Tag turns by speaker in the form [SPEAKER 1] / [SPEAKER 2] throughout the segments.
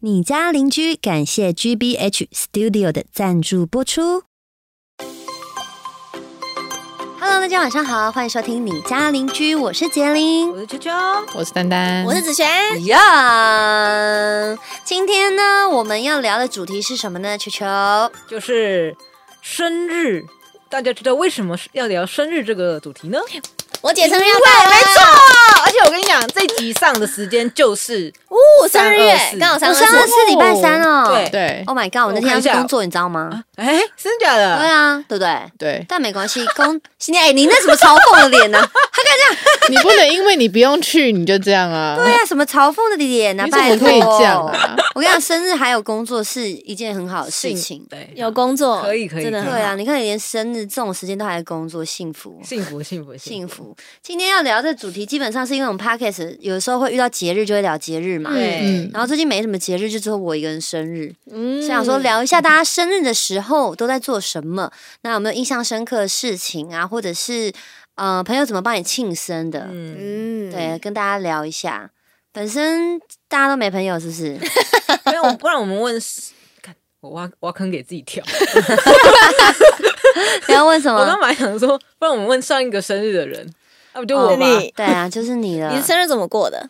[SPEAKER 1] 你家邻居感谢 GBH Studio 的赞助播出。Hello，大家晚上好，欢迎收听你家邻居，我是杰林，
[SPEAKER 2] 我是秋秋，
[SPEAKER 3] 我是丹丹，
[SPEAKER 2] 我是子璇。
[SPEAKER 1] 呀嗯今天呢，我们要聊的主题是什么呢？球球，
[SPEAKER 2] 就是生日，大家知道为什么要聊生日这个主题呢？
[SPEAKER 4] 我姐生日要到
[SPEAKER 2] 对，
[SPEAKER 1] 啊
[SPEAKER 4] 了，
[SPEAKER 2] 没错。而且我跟你讲，这集上的时间就是
[SPEAKER 4] 我生
[SPEAKER 2] 324
[SPEAKER 4] 日耶，刚好三
[SPEAKER 1] 我
[SPEAKER 4] 二
[SPEAKER 1] 生日
[SPEAKER 4] 四，
[SPEAKER 1] 是礼拜三哦。
[SPEAKER 2] 对
[SPEAKER 3] 对
[SPEAKER 1] Oh my god！我那天要去工作，你知道吗？
[SPEAKER 2] 哎，真的假
[SPEAKER 1] 对
[SPEAKER 4] 嗯
[SPEAKER 2] 的？
[SPEAKER 1] 啊，对不对？，
[SPEAKER 3] 对
[SPEAKER 1] 但没关系，工 今天哎，你那什么嘲讽的脸啊呢、
[SPEAKER 3] 你不能因为你不用去你就这样啊，
[SPEAKER 1] 对啊，什哦么嘲讽的脸呢、
[SPEAKER 3] 你怎
[SPEAKER 1] 拜
[SPEAKER 3] 么
[SPEAKER 1] 托，
[SPEAKER 3] 可以这样啊？
[SPEAKER 1] 我跟你讲，生日还有工作是一件很好的事情。
[SPEAKER 2] 对，
[SPEAKER 4] 有工作，
[SPEAKER 2] 可以可以
[SPEAKER 4] 真的
[SPEAKER 2] 可以
[SPEAKER 4] 很
[SPEAKER 1] 对啊，你看你连生日这种时间都还在工作，幸福。
[SPEAKER 2] 幸福幸福
[SPEAKER 1] 幸。福。今天要聊的主题，基本上是因为我们 podcast 有时候会遇到节日，就会聊节日嘛。
[SPEAKER 2] 对
[SPEAKER 3] 嗯，
[SPEAKER 1] 然后最近没什么节日，就只有我一个人生日，
[SPEAKER 4] 嗯
[SPEAKER 1] 所以想说聊一下大家生日的时候都在做什么，那有没有印象深刻的事情啊，或者是呃朋友怎么帮你庆生的？
[SPEAKER 2] 嗯，
[SPEAKER 4] 嗯，
[SPEAKER 1] 对，，跟大家聊一下。本身大家都没朋友，是不是？
[SPEAKER 2] 不然我不然我们问，看我挖挖坑给自己跳。
[SPEAKER 1] 不要问什
[SPEAKER 4] 啊
[SPEAKER 2] 我刚
[SPEAKER 1] 么？
[SPEAKER 2] 本来想说，不然我们问上一个生日的人，那不就
[SPEAKER 4] 哦
[SPEAKER 2] 我吧？
[SPEAKER 4] 你
[SPEAKER 1] 对啊，就是你了。
[SPEAKER 4] 你生日怎么过的？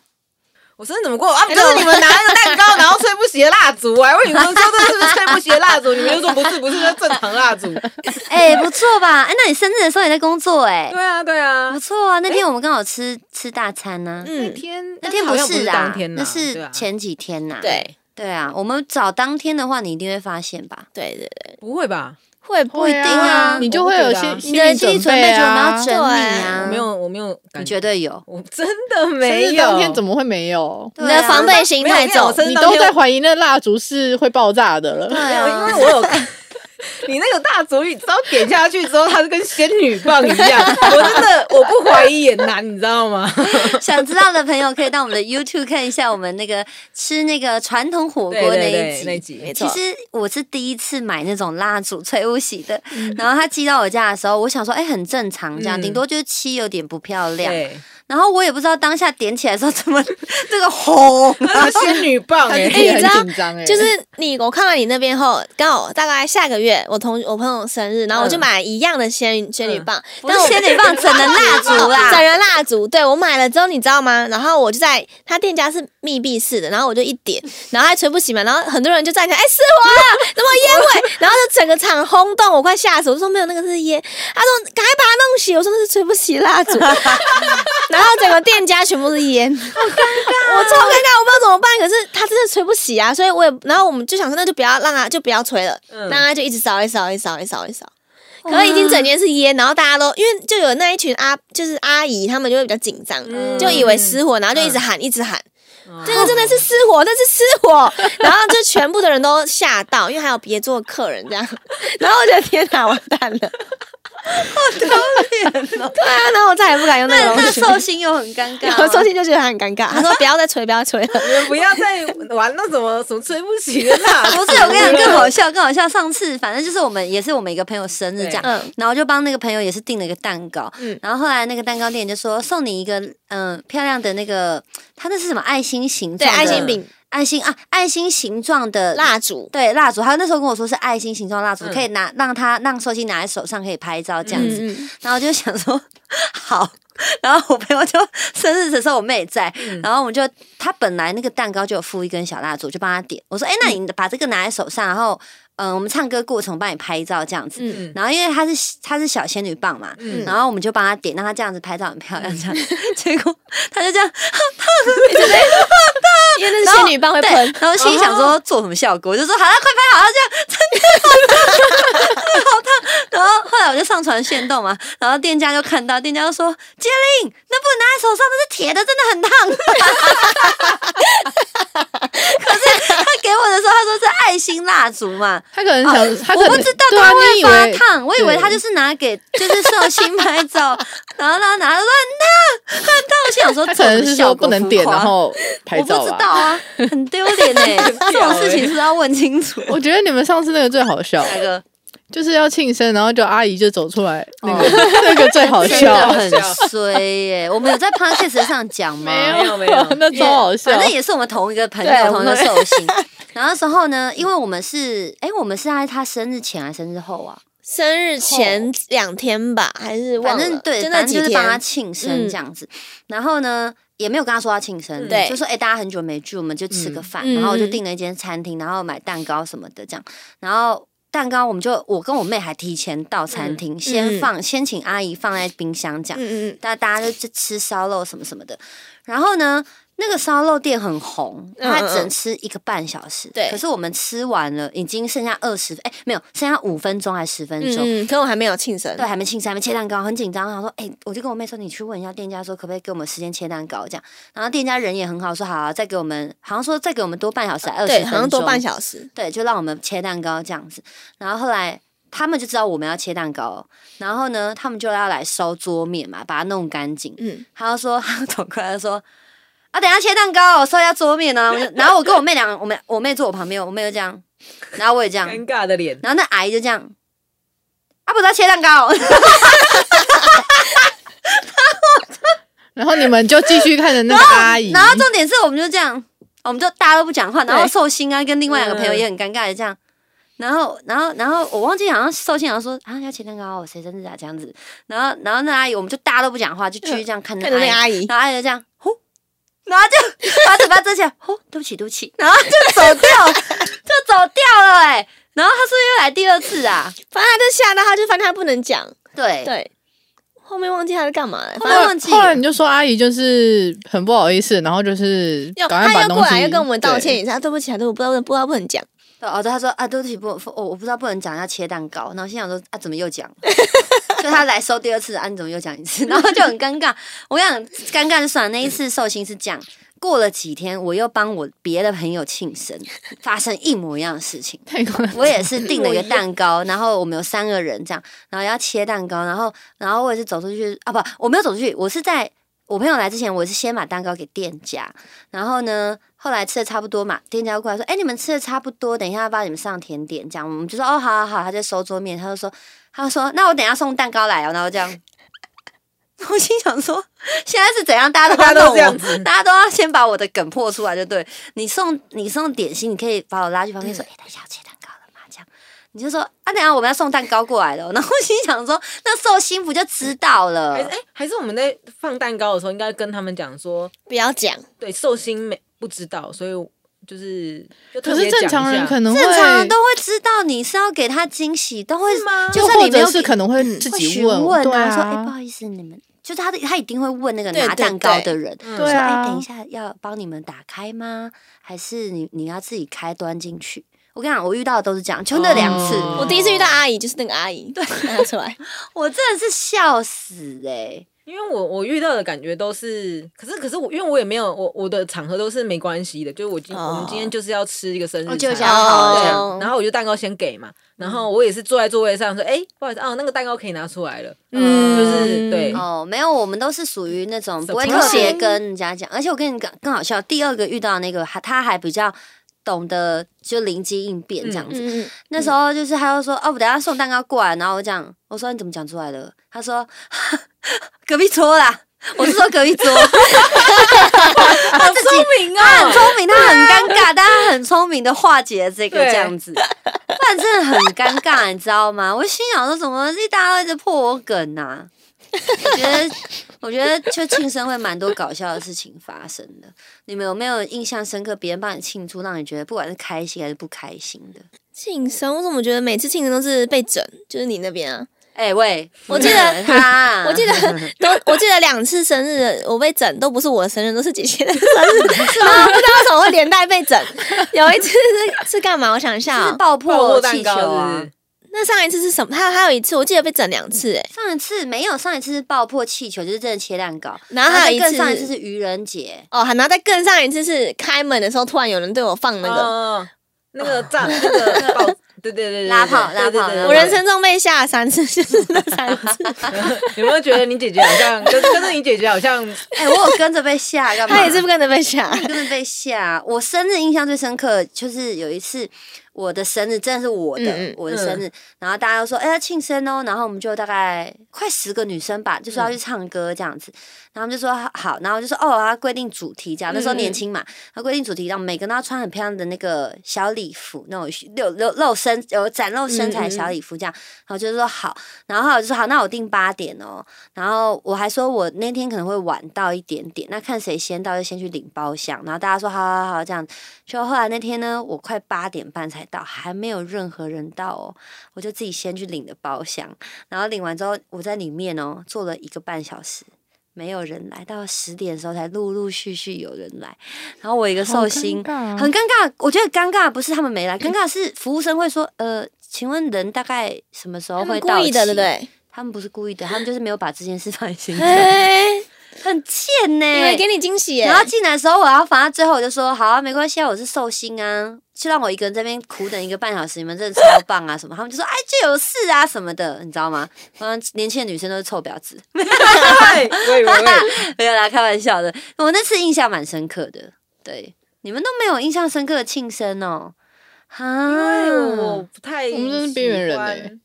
[SPEAKER 2] 我生日怎么过啊？不就是你们拿那个蛋糕，然后吹不熄的蜡烛，我还问你们说这是不是吹不熄的蜡烛，你们就说不是，不是，那正常蜡烛。
[SPEAKER 1] 哎、不错吧？哎、那你生日的时候也在工作哎、
[SPEAKER 2] 对啊，对啊
[SPEAKER 1] 不。错啊。那天我们刚好吃、吃大餐呢、
[SPEAKER 2] 那
[SPEAKER 4] 嗯，
[SPEAKER 2] 天
[SPEAKER 1] 那天
[SPEAKER 2] 好像不
[SPEAKER 1] 是啦，
[SPEAKER 2] 当天啦，
[SPEAKER 1] 那
[SPEAKER 2] 对啊
[SPEAKER 1] 是前几天呐、
[SPEAKER 4] 对
[SPEAKER 1] 对啊，我们找当天的话，你一定会发现吧？
[SPEAKER 4] 对对，对
[SPEAKER 2] 不会吧？
[SPEAKER 4] 会不
[SPEAKER 1] 一定啊
[SPEAKER 3] 你就会有
[SPEAKER 2] 我
[SPEAKER 3] 心
[SPEAKER 2] 不
[SPEAKER 1] 你的心理准备就我们
[SPEAKER 3] 啊
[SPEAKER 1] 要整理啊，
[SPEAKER 2] 我没，有，我没有感
[SPEAKER 1] 你
[SPEAKER 2] 觉，
[SPEAKER 1] 绝对有。
[SPEAKER 2] 我真的
[SPEAKER 3] 生
[SPEAKER 2] 没
[SPEAKER 3] 日
[SPEAKER 2] 有。
[SPEAKER 3] 当天怎么会没有？
[SPEAKER 1] 对
[SPEAKER 4] 你
[SPEAKER 1] 啊
[SPEAKER 4] 的防备心太
[SPEAKER 2] 没有没有我
[SPEAKER 4] 重，
[SPEAKER 2] 生日
[SPEAKER 3] 你
[SPEAKER 2] 当天
[SPEAKER 3] 都在怀疑那蜡烛是会爆炸的了
[SPEAKER 1] 对。
[SPEAKER 2] 没有？因
[SPEAKER 1] 啊，
[SPEAKER 2] 为我有看你那个大主语，只要点下去之后，它就跟仙女棒一样。我真的我不怀疑也难，你知道吗？
[SPEAKER 1] 想知道的朋友可以到我们的 YouTube 看一下我们那个吃那个传统火锅
[SPEAKER 2] 对
[SPEAKER 1] 那
[SPEAKER 2] 对
[SPEAKER 1] 一
[SPEAKER 2] 对
[SPEAKER 1] 集。，
[SPEAKER 2] 那一集
[SPEAKER 4] 没
[SPEAKER 1] 其
[SPEAKER 4] 错，
[SPEAKER 1] 实我是第一次买那种蜡烛吹不熄的，
[SPEAKER 4] 嗯
[SPEAKER 1] 然后他寄到我家的时候，我想说，哎、很正常，这样
[SPEAKER 2] 嗯
[SPEAKER 1] 顶、多就是漆有点不漂亮。
[SPEAKER 2] 对，
[SPEAKER 1] 然后我也不知道当下点起来的时候怎么 这个红，
[SPEAKER 2] 它是仙女棒
[SPEAKER 3] 他
[SPEAKER 2] 哎、
[SPEAKER 3] 自
[SPEAKER 2] 欸，
[SPEAKER 3] 己也
[SPEAKER 4] 哎你知道
[SPEAKER 3] 很紧张哎，
[SPEAKER 4] 就是你，我看完你那边后，刚好大概下个月，我同我朋友生日，然后我就
[SPEAKER 2] 嗯
[SPEAKER 4] 买一样的仙仙女
[SPEAKER 2] 嗯
[SPEAKER 4] 棒，
[SPEAKER 1] 不是仙 女棒，整的蜡烛啦。
[SPEAKER 4] 整人蜡烛，对我买了之后，你知道吗？然后我就在他店家是密闭式的，然后我就一 点，然后还吹不起嘛，然后很多人就站起来，哎，是我啊，怎么烟味？ 然后就整个场轰动，我快吓死，我就说没有那个是烟，他说赶快把它弄熄，我说那是吹不熄蜡烛， 然后整个店家全部是烟，好尴尬，我哦超尴尬，我不知道怎么办，可是他真的吹不起啊，所以我也，然后我们就想说那就不要让他就不要吹了，
[SPEAKER 2] 嗯
[SPEAKER 4] 让他就一直烧一烧一烧一烧一烧。可是已经整间是烟，然后大家都因为就有那一群阿就是阿姨，他们就会比较紧张，
[SPEAKER 2] 嗯
[SPEAKER 4] 就以为失火，然后就一直喊、一直喊，这
[SPEAKER 2] 哦
[SPEAKER 4] 个真的是失火，这是失 火，然后就全部的人都吓到，因为还有别桌的客人这样，然后我觉得天哪，完蛋了，好丢脸哦！对啊，然后我再也不敢用那
[SPEAKER 1] 那
[SPEAKER 4] 个东
[SPEAKER 1] 那
[SPEAKER 4] 西。
[SPEAKER 1] 寿星又很尴尬
[SPEAKER 4] 然
[SPEAKER 1] 啊、
[SPEAKER 4] 后周星就觉得他很尴尬，他说不要再吹，不要吹了。
[SPEAKER 2] 你哦 们不要再玩那什么什么吹不起的蜡烛
[SPEAKER 1] 不
[SPEAKER 2] 了。
[SPEAKER 1] 是，我跟你讲更好笑，更好笑。上次反正就是我们也是我们一个朋友生日这样，
[SPEAKER 4] 嗯，
[SPEAKER 1] 然后就帮那个朋友也是订了一个蛋糕，
[SPEAKER 4] 嗯
[SPEAKER 1] 然后后来那个蛋糕店就说送你一个嗯、呃漂亮的那个，它那是什么爱心形
[SPEAKER 4] 对，
[SPEAKER 1] 状的？
[SPEAKER 4] 爱心饼、
[SPEAKER 1] 爱心啊，爱心形状的
[SPEAKER 4] 蜡烛，
[SPEAKER 1] 对蜡烛，他那时候跟我说是爱心形状蜡烛，
[SPEAKER 2] 嗯
[SPEAKER 1] 可以拿让他让寿星拿在手上可以拍照这样子，
[SPEAKER 4] 嗯嗯，
[SPEAKER 1] 然后我就想说好。然后我朋友就生日的时候我妹也在，
[SPEAKER 2] 嗯
[SPEAKER 1] 然后我们就他本来那个蛋糕就有附一根小蜡烛，就帮他点。我说：“哎，
[SPEAKER 2] 嗯
[SPEAKER 1] 那你把这个拿在手上，然后嗯、呃我们唱歌过程我帮你拍照这样子。
[SPEAKER 4] 嗯
[SPEAKER 1] 然后因为他是他是小仙女棒嘛，
[SPEAKER 2] 嗯
[SPEAKER 1] 然后我们就帮他点，让他这样子拍照很漂亮这样。
[SPEAKER 4] 嗯
[SPEAKER 1] 结果他就这样，
[SPEAKER 4] 因为那是仙女棒会
[SPEAKER 1] 对
[SPEAKER 4] 喷，，
[SPEAKER 1] 然后心里想
[SPEAKER 3] 哦
[SPEAKER 1] 说做什么效果，我就说好了，快拍好了，这样真的好烫，真的好烫。然 后后来我就上传炫动嘛，然后店家就看到，店家就说：“杰令，那不能拿在手上，那是铁的，真的很烫。” 可是他给我的时候，他说是爱心蜡烛嘛。
[SPEAKER 3] 他可能想，他可
[SPEAKER 1] 我
[SPEAKER 3] 能
[SPEAKER 1] 不知道
[SPEAKER 3] 对
[SPEAKER 1] 他
[SPEAKER 3] 啊
[SPEAKER 1] 会
[SPEAKER 3] 你以
[SPEAKER 1] 发
[SPEAKER 3] 为
[SPEAKER 1] 烫，我以为
[SPEAKER 3] 对
[SPEAKER 1] 他就是拿给就是寿星拍照，然后他拿他说很烫很烫，我心想说
[SPEAKER 3] 他可
[SPEAKER 1] 做什
[SPEAKER 3] 能
[SPEAKER 1] 么
[SPEAKER 3] 是
[SPEAKER 1] 效
[SPEAKER 3] 说
[SPEAKER 1] 果
[SPEAKER 3] 不能
[SPEAKER 1] 浮
[SPEAKER 3] 点，
[SPEAKER 1] 夸
[SPEAKER 3] 然后拍
[SPEAKER 1] 我
[SPEAKER 3] 照
[SPEAKER 1] 不知
[SPEAKER 3] 吧。
[SPEAKER 1] 道啊，很丢脸哎，这种事情是不是要问清楚。
[SPEAKER 3] 我觉得你们上次那个最好笑，
[SPEAKER 1] 那个
[SPEAKER 3] 就是要庆生，然后就阿姨就走出来，那个 那个最好
[SPEAKER 1] 哦真的
[SPEAKER 3] 笑，
[SPEAKER 1] 很衰耶，我们有在 podcast 上讲吗？
[SPEAKER 2] 没有没有
[SPEAKER 3] 那超好笑
[SPEAKER 1] 反。正也是我们同一个朋友，
[SPEAKER 4] 对
[SPEAKER 1] 同一个寿星。然后那时候呢，因为我们是，哎，我们是在他生日前还是生日后啊？
[SPEAKER 4] 生日前两天吧，还是忘
[SPEAKER 1] 反
[SPEAKER 4] 了
[SPEAKER 1] 正对，
[SPEAKER 4] 就那
[SPEAKER 1] 反正
[SPEAKER 4] 几
[SPEAKER 1] 就是帮他
[SPEAKER 4] 天。
[SPEAKER 1] 庆生
[SPEAKER 4] 嗯
[SPEAKER 1] 这样子。然后呢，也没有跟他说要庆生，
[SPEAKER 4] 对
[SPEAKER 1] 就说哎、诶大家很久没聚，我们就吃个饭。
[SPEAKER 4] 嗯
[SPEAKER 1] 然后我就订了一间餐厅，然后买蛋糕什么的这样。然后蛋糕我们就我跟我妹还提前到餐厅，先放，先请阿姨放在冰箱这样。
[SPEAKER 4] 嗯嗯，
[SPEAKER 1] 大大家就去吃烧肉什么什么的。然后呢，那个烧肉店很红，
[SPEAKER 4] 嗯
[SPEAKER 1] 它只能吃一个半小时。
[SPEAKER 4] 对
[SPEAKER 1] 可是我们吃完了，已经剩下二十，哎，没有，剩下五分钟还是十分钟。
[SPEAKER 4] 嗯嗯，可我还没有庆生。
[SPEAKER 1] 对，还没庆生，还没切蛋糕，很紧张。然后说，哎、我就跟我妹说，你去问一下店家，说可不可以给我们时间切蛋糕这样。然后店家人也很好，说好、啊，再给我们，好像说再给我们多半小时，二十
[SPEAKER 4] 对，
[SPEAKER 1] 分
[SPEAKER 4] 好像多半
[SPEAKER 1] 时，
[SPEAKER 4] 小时。
[SPEAKER 1] 对，就让我们切蛋糕这样子。然后后来他们就知道我们要切蛋糕，哦然后呢，他们就要来收桌面嘛，把它弄干净。
[SPEAKER 4] 嗯，
[SPEAKER 1] 他就说， 他走过来就说。啊！等一下切蛋糕、哦，收一下桌面呢、我就 然后我跟我妹两，我妹我妹坐我旁边，我妹就这样，然后我也这样，
[SPEAKER 2] 尴尬的脸，
[SPEAKER 1] 然后那阿姨就这样，啊，不是要切蛋糕哦，
[SPEAKER 3] 然后你们就继续看着那个阿姨，
[SPEAKER 1] 然后重点是，我们就这样，我们就大家都不讲话，然后
[SPEAKER 4] 对
[SPEAKER 1] 寿星啊跟另外两个朋友
[SPEAKER 2] 嗯
[SPEAKER 1] 也很尴尬的这样。然后，然后，然后我忘记好像寿星好像说啊要切蛋糕哦，谁生日啊这样子。然后，然后那阿姨我们就大家都不讲话，就继续这样看着
[SPEAKER 4] 看着
[SPEAKER 1] 阿
[SPEAKER 4] 那
[SPEAKER 1] 姨
[SPEAKER 4] 个，阿姨，
[SPEAKER 1] 然后阿姨就这样呼，然后就把嘴巴遮起来， 呼，对不起，对不起，然后就走掉， 就走掉了哎、然后他是不是又来第二次啊？
[SPEAKER 4] 反正他就吓到，他就发现他不能讲。
[SPEAKER 1] 对，
[SPEAKER 4] 对，后面忘记他在干嘛了，
[SPEAKER 1] 后
[SPEAKER 4] 反
[SPEAKER 1] 面
[SPEAKER 4] 正
[SPEAKER 1] 忘记
[SPEAKER 3] 后来你就说阿姨就是很不好意思，然后就是
[SPEAKER 4] 又
[SPEAKER 3] 赶快
[SPEAKER 4] 他
[SPEAKER 3] 把
[SPEAKER 4] 又
[SPEAKER 3] 东
[SPEAKER 4] 过
[SPEAKER 3] 西
[SPEAKER 4] 来又跟我们道歉
[SPEAKER 3] 对
[SPEAKER 4] 一下，对不起啊，对我不知道不知道不能讲。
[SPEAKER 1] 对哦，对，他说啊，对不起，不，我、哦、我不知道不能讲要切蛋糕，然后心想说啊，怎么又讲？ 就他来收第二次，啊，你怎么又讲一次？ 然后就很尴尬。我跟你讲，尴尬就算了，那一次寿星是这样。过了几天，我又帮我别的朋友庆生，发生一模一样的事情。
[SPEAKER 3] 太过分
[SPEAKER 1] 我也是订了一个蛋糕，然后我们有三个人这样，然后要切蛋糕，然后然后我也是走出去啊，不，我没有走出去，我是在我朋友来之前，我是先把蛋糕给店家，然后呢，后来吃的差不多嘛，店家过来说，哎，你们吃的差不多，等一下要帮你们上甜点，这样我们就说哦，好好好，他就收桌面，他就说，他就说，那我等一下送蛋糕来哦，然后这样。 我心想说，现在是怎样？大家都
[SPEAKER 2] 大家都
[SPEAKER 1] 要弄
[SPEAKER 2] 这样
[SPEAKER 1] 我，大家都要先把我的梗破出来，就对。你送你送点心，你可以把我拉去旁边说，哎、等一下要切蛋糕了嘛，这样。你就说啊，等一下我们要送蛋糕过来了。哦然后我心想说，那寿星不就知道了
[SPEAKER 2] 还？是哎、还是我们在放蛋糕的时候，应该跟他们讲说，
[SPEAKER 4] 不要讲，
[SPEAKER 2] 对，寿星没不知道，所以就是就特
[SPEAKER 3] 可是
[SPEAKER 2] 别讲一
[SPEAKER 3] 正常人
[SPEAKER 2] 下
[SPEAKER 3] 可能会，
[SPEAKER 1] 正常人都会知道你是要给他惊喜，都会
[SPEAKER 2] 是吗
[SPEAKER 1] 就
[SPEAKER 3] 又
[SPEAKER 1] 算你
[SPEAKER 3] 或
[SPEAKER 1] 没
[SPEAKER 3] 者
[SPEAKER 1] 有
[SPEAKER 3] 是
[SPEAKER 1] 给
[SPEAKER 3] 可能会自
[SPEAKER 1] 会
[SPEAKER 3] 己
[SPEAKER 1] 询
[SPEAKER 3] 问，
[SPEAKER 1] 问
[SPEAKER 3] 对
[SPEAKER 1] 啊，说哎、不
[SPEAKER 3] 啊，
[SPEAKER 1] 好意思，你们就是他他一定会问那个
[SPEAKER 4] 对
[SPEAKER 1] 拿
[SPEAKER 4] 对
[SPEAKER 1] 蛋糕的人，
[SPEAKER 2] 嗯
[SPEAKER 3] 对
[SPEAKER 1] 说哎、
[SPEAKER 3] 啊
[SPEAKER 1] 等一下要帮你们打开吗？还是你你要自己开端进去？我跟你讲，我遇到的都是这样，就那两次，
[SPEAKER 3] 哦
[SPEAKER 4] 我第一次遇到阿姨就是那个阿姨，对，拿出 来，
[SPEAKER 1] 我真的是笑死哎、
[SPEAKER 2] 因为我我遇到的感觉都是，可是可是我因为我也没有我我的场合都是没关系的，就是我今、
[SPEAKER 4] 哦
[SPEAKER 2] 我们今天就是要吃一个生日
[SPEAKER 1] 哦
[SPEAKER 2] 餐，
[SPEAKER 1] 就这
[SPEAKER 2] 对，
[SPEAKER 1] 样好
[SPEAKER 4] 哦
[SPEAKER 1] 这
[SPEAKER 4] 样
[SPEAKER 2] 然后我就蛋糕先给嘛，然后我也是坐在座位上说，哎、不好意思啊，那个蛋糕可以拿出来了，
[SPEAKER 4] 嗯
[SPEAKER 2] 就是对，
[SPEAKER 1] 哦，没有，我们都是属于那种不会
[SPEAKER 2] Surprise
[SPEAKER 1] 特别跟人家讲，而且我跟你讲更好笑，第二个遇到那个还他还比较懂得就灵机应变这样子。
[SPEAKER 4] 嗯嗯，
[SPEAKER 1] 那时候就是他就说哦，我等下送蛋糕过来，然后我讲我说你怎么讲出来的？他说 隔壁桌啦。我是说隔 壁桌，他自己他
[SPEAKER 2] 明哦啊
[SPEAKER 1] 很聪明，他很尴尬，但他很聪明的化解这个
[SPEAKER 2] 对
[SPEAKER 1] 这样子，不然真的很尴尬，你知道吗？我心想说，怎么一大家都一直破我梗呐、啊？我觉得，我觉得就庆生会蛮多搞笑的事情发生的。你们有没有印象深刻？别人帮你庆祝，让你觉得不管是开心还是不开心的？
[SPEAKER 4] 庆生，我怎么觉得每次庆生都是被整，就是你那边啊？
[SPEAKER 1] 哎、喂，
[SPEAKER 4] 我记得
[SPEAKER 1] 他，
[SPEAKER 4] 我 记得都，我记得两次生日我被整都不是我的生日，都是姐姐的生 日，然后不知道为什么会连带被整。有一次是是干嘛？我想一下、
[SPEAKER 1] 是
[SPEAKER 4] 哦，
[SPEAKER 1] 爆
[SPEAKER 2] 爆破
[SPEAKER 1] 破
[SPEAKER 2] 蛋
[SPEAKER 1] 气球
[SPEAKER 2] 糕
[SPEAKER 1] 啊
[SPEAKER 2] 是不！是
[SPEAKER 4] 那上一次是什么？还有还有一次，我记得被整两次哎、
[SPEAKER 1] 上一次没有，上一次是爆破气球，就是真的切蛋糕。
[SPEAKER 4] 嗯然后还有一
[SPEAKER 1] 再
[SPEAKER 4] 次
[SPEAKER 1] 更上一次是愚人节，
[SPEAKER 4] 哦，然后再更上一次是开门的时候，突然有人对我放那个，
[SPEAKER 2] 哦那个炸那个爆，对对对对，
[SPEAKER 1] 拉炮
[SPEAKER 2] 对对对
[SPEAKER 1] 拉炮
[SPEAKER 2] 对对
[SPEAKER 1] 拉炮
[SPEAKER 4] 我人生中被吓了三次，就是那 三次。
[SPEAKER 2] 有没有觉得你姐姐好像跟跟着你姐姐好像
[SPEAKER 1] 哎、我有跟着被吓 干嘛？
[SPEAKER 4] 他也是不跟着被吓。
[SPEAKER 1] 真的被吓。我生日印象最深刻就是有一次，我的生日真的是我的、
[SPEAKER 4] 嗯嗯
[SPEAKER 1] 我的生日，然后大家都说哎要庆生哦，然后我们就大概快十个女生吧，就说要去唱歌这样子，然后他们就说好，然后我就说哦，他规定主题这样，那时候年轻嘛，他规定主题让每个人都要穿很漂亮的那个小礼服，那种露露露身有展露身材的小礼服这样，然后就说好，然后后来我就说好，那我定八点哦，然后我还说我那天可能会晚到一点点，那看谁先到就先去领包厢。然后大家说好好好这样，就后来那天呢，我快八点半才到，还没有任何人到哦，我就自己先去领的包厢，然后领完之后我在里面哦坐了一个半小时。没有人来，到十点的时候才陆陆续续有人来，然后我一个寿星，
[SPEAKER 3] 啊
[SPEAKER 1] 很尴尬。我觉得尴尬不是他们没来，尴尬是服务生会说：“呃，请问人大概什么时候
[SPEAKER 4] 他
[SPEAKER 1] 会
[SPEAKER 4] 们故
[SPEAKER 1] 到
[SPEAKER 4] 意的，
[SPEAKER 1] 齐
[SPEAKER 4] 对不对？
[SPEAKER 1] 他们不是故意的，他们就是没有把这件事放在心 上，
[SPEAKER 4] 哎，
[SPEAKER 1] 很贱呢、
[SPEAKER 2] 哎
[SPEAKER 4] 以为给你惊喜耶
[SPEAKER 1] 然！后进来的时候，我要反正最后我就说好啊，没关系啊，我是寿星啊，就让我一个人在那边苦等一个半小时，你们真的超棒啊什么？他们就说哎，就有事啊什么的，你知道吗？嗯，年轻的女生都是臭婊子，
[SPEAKER 2] 对，喂喂喂，
[SPEAKER 1] 没有啦，开玩笑的。我那次印象蛮深刻的，对，你们都没有印象深刻的庆生哦，啊，
[SPEAKER 2] 因为哎我不太喜
[SPEAKER 3] 我
[SPEAKER 2] 欢，
[SPEAKER 3] 们真是边缘人欸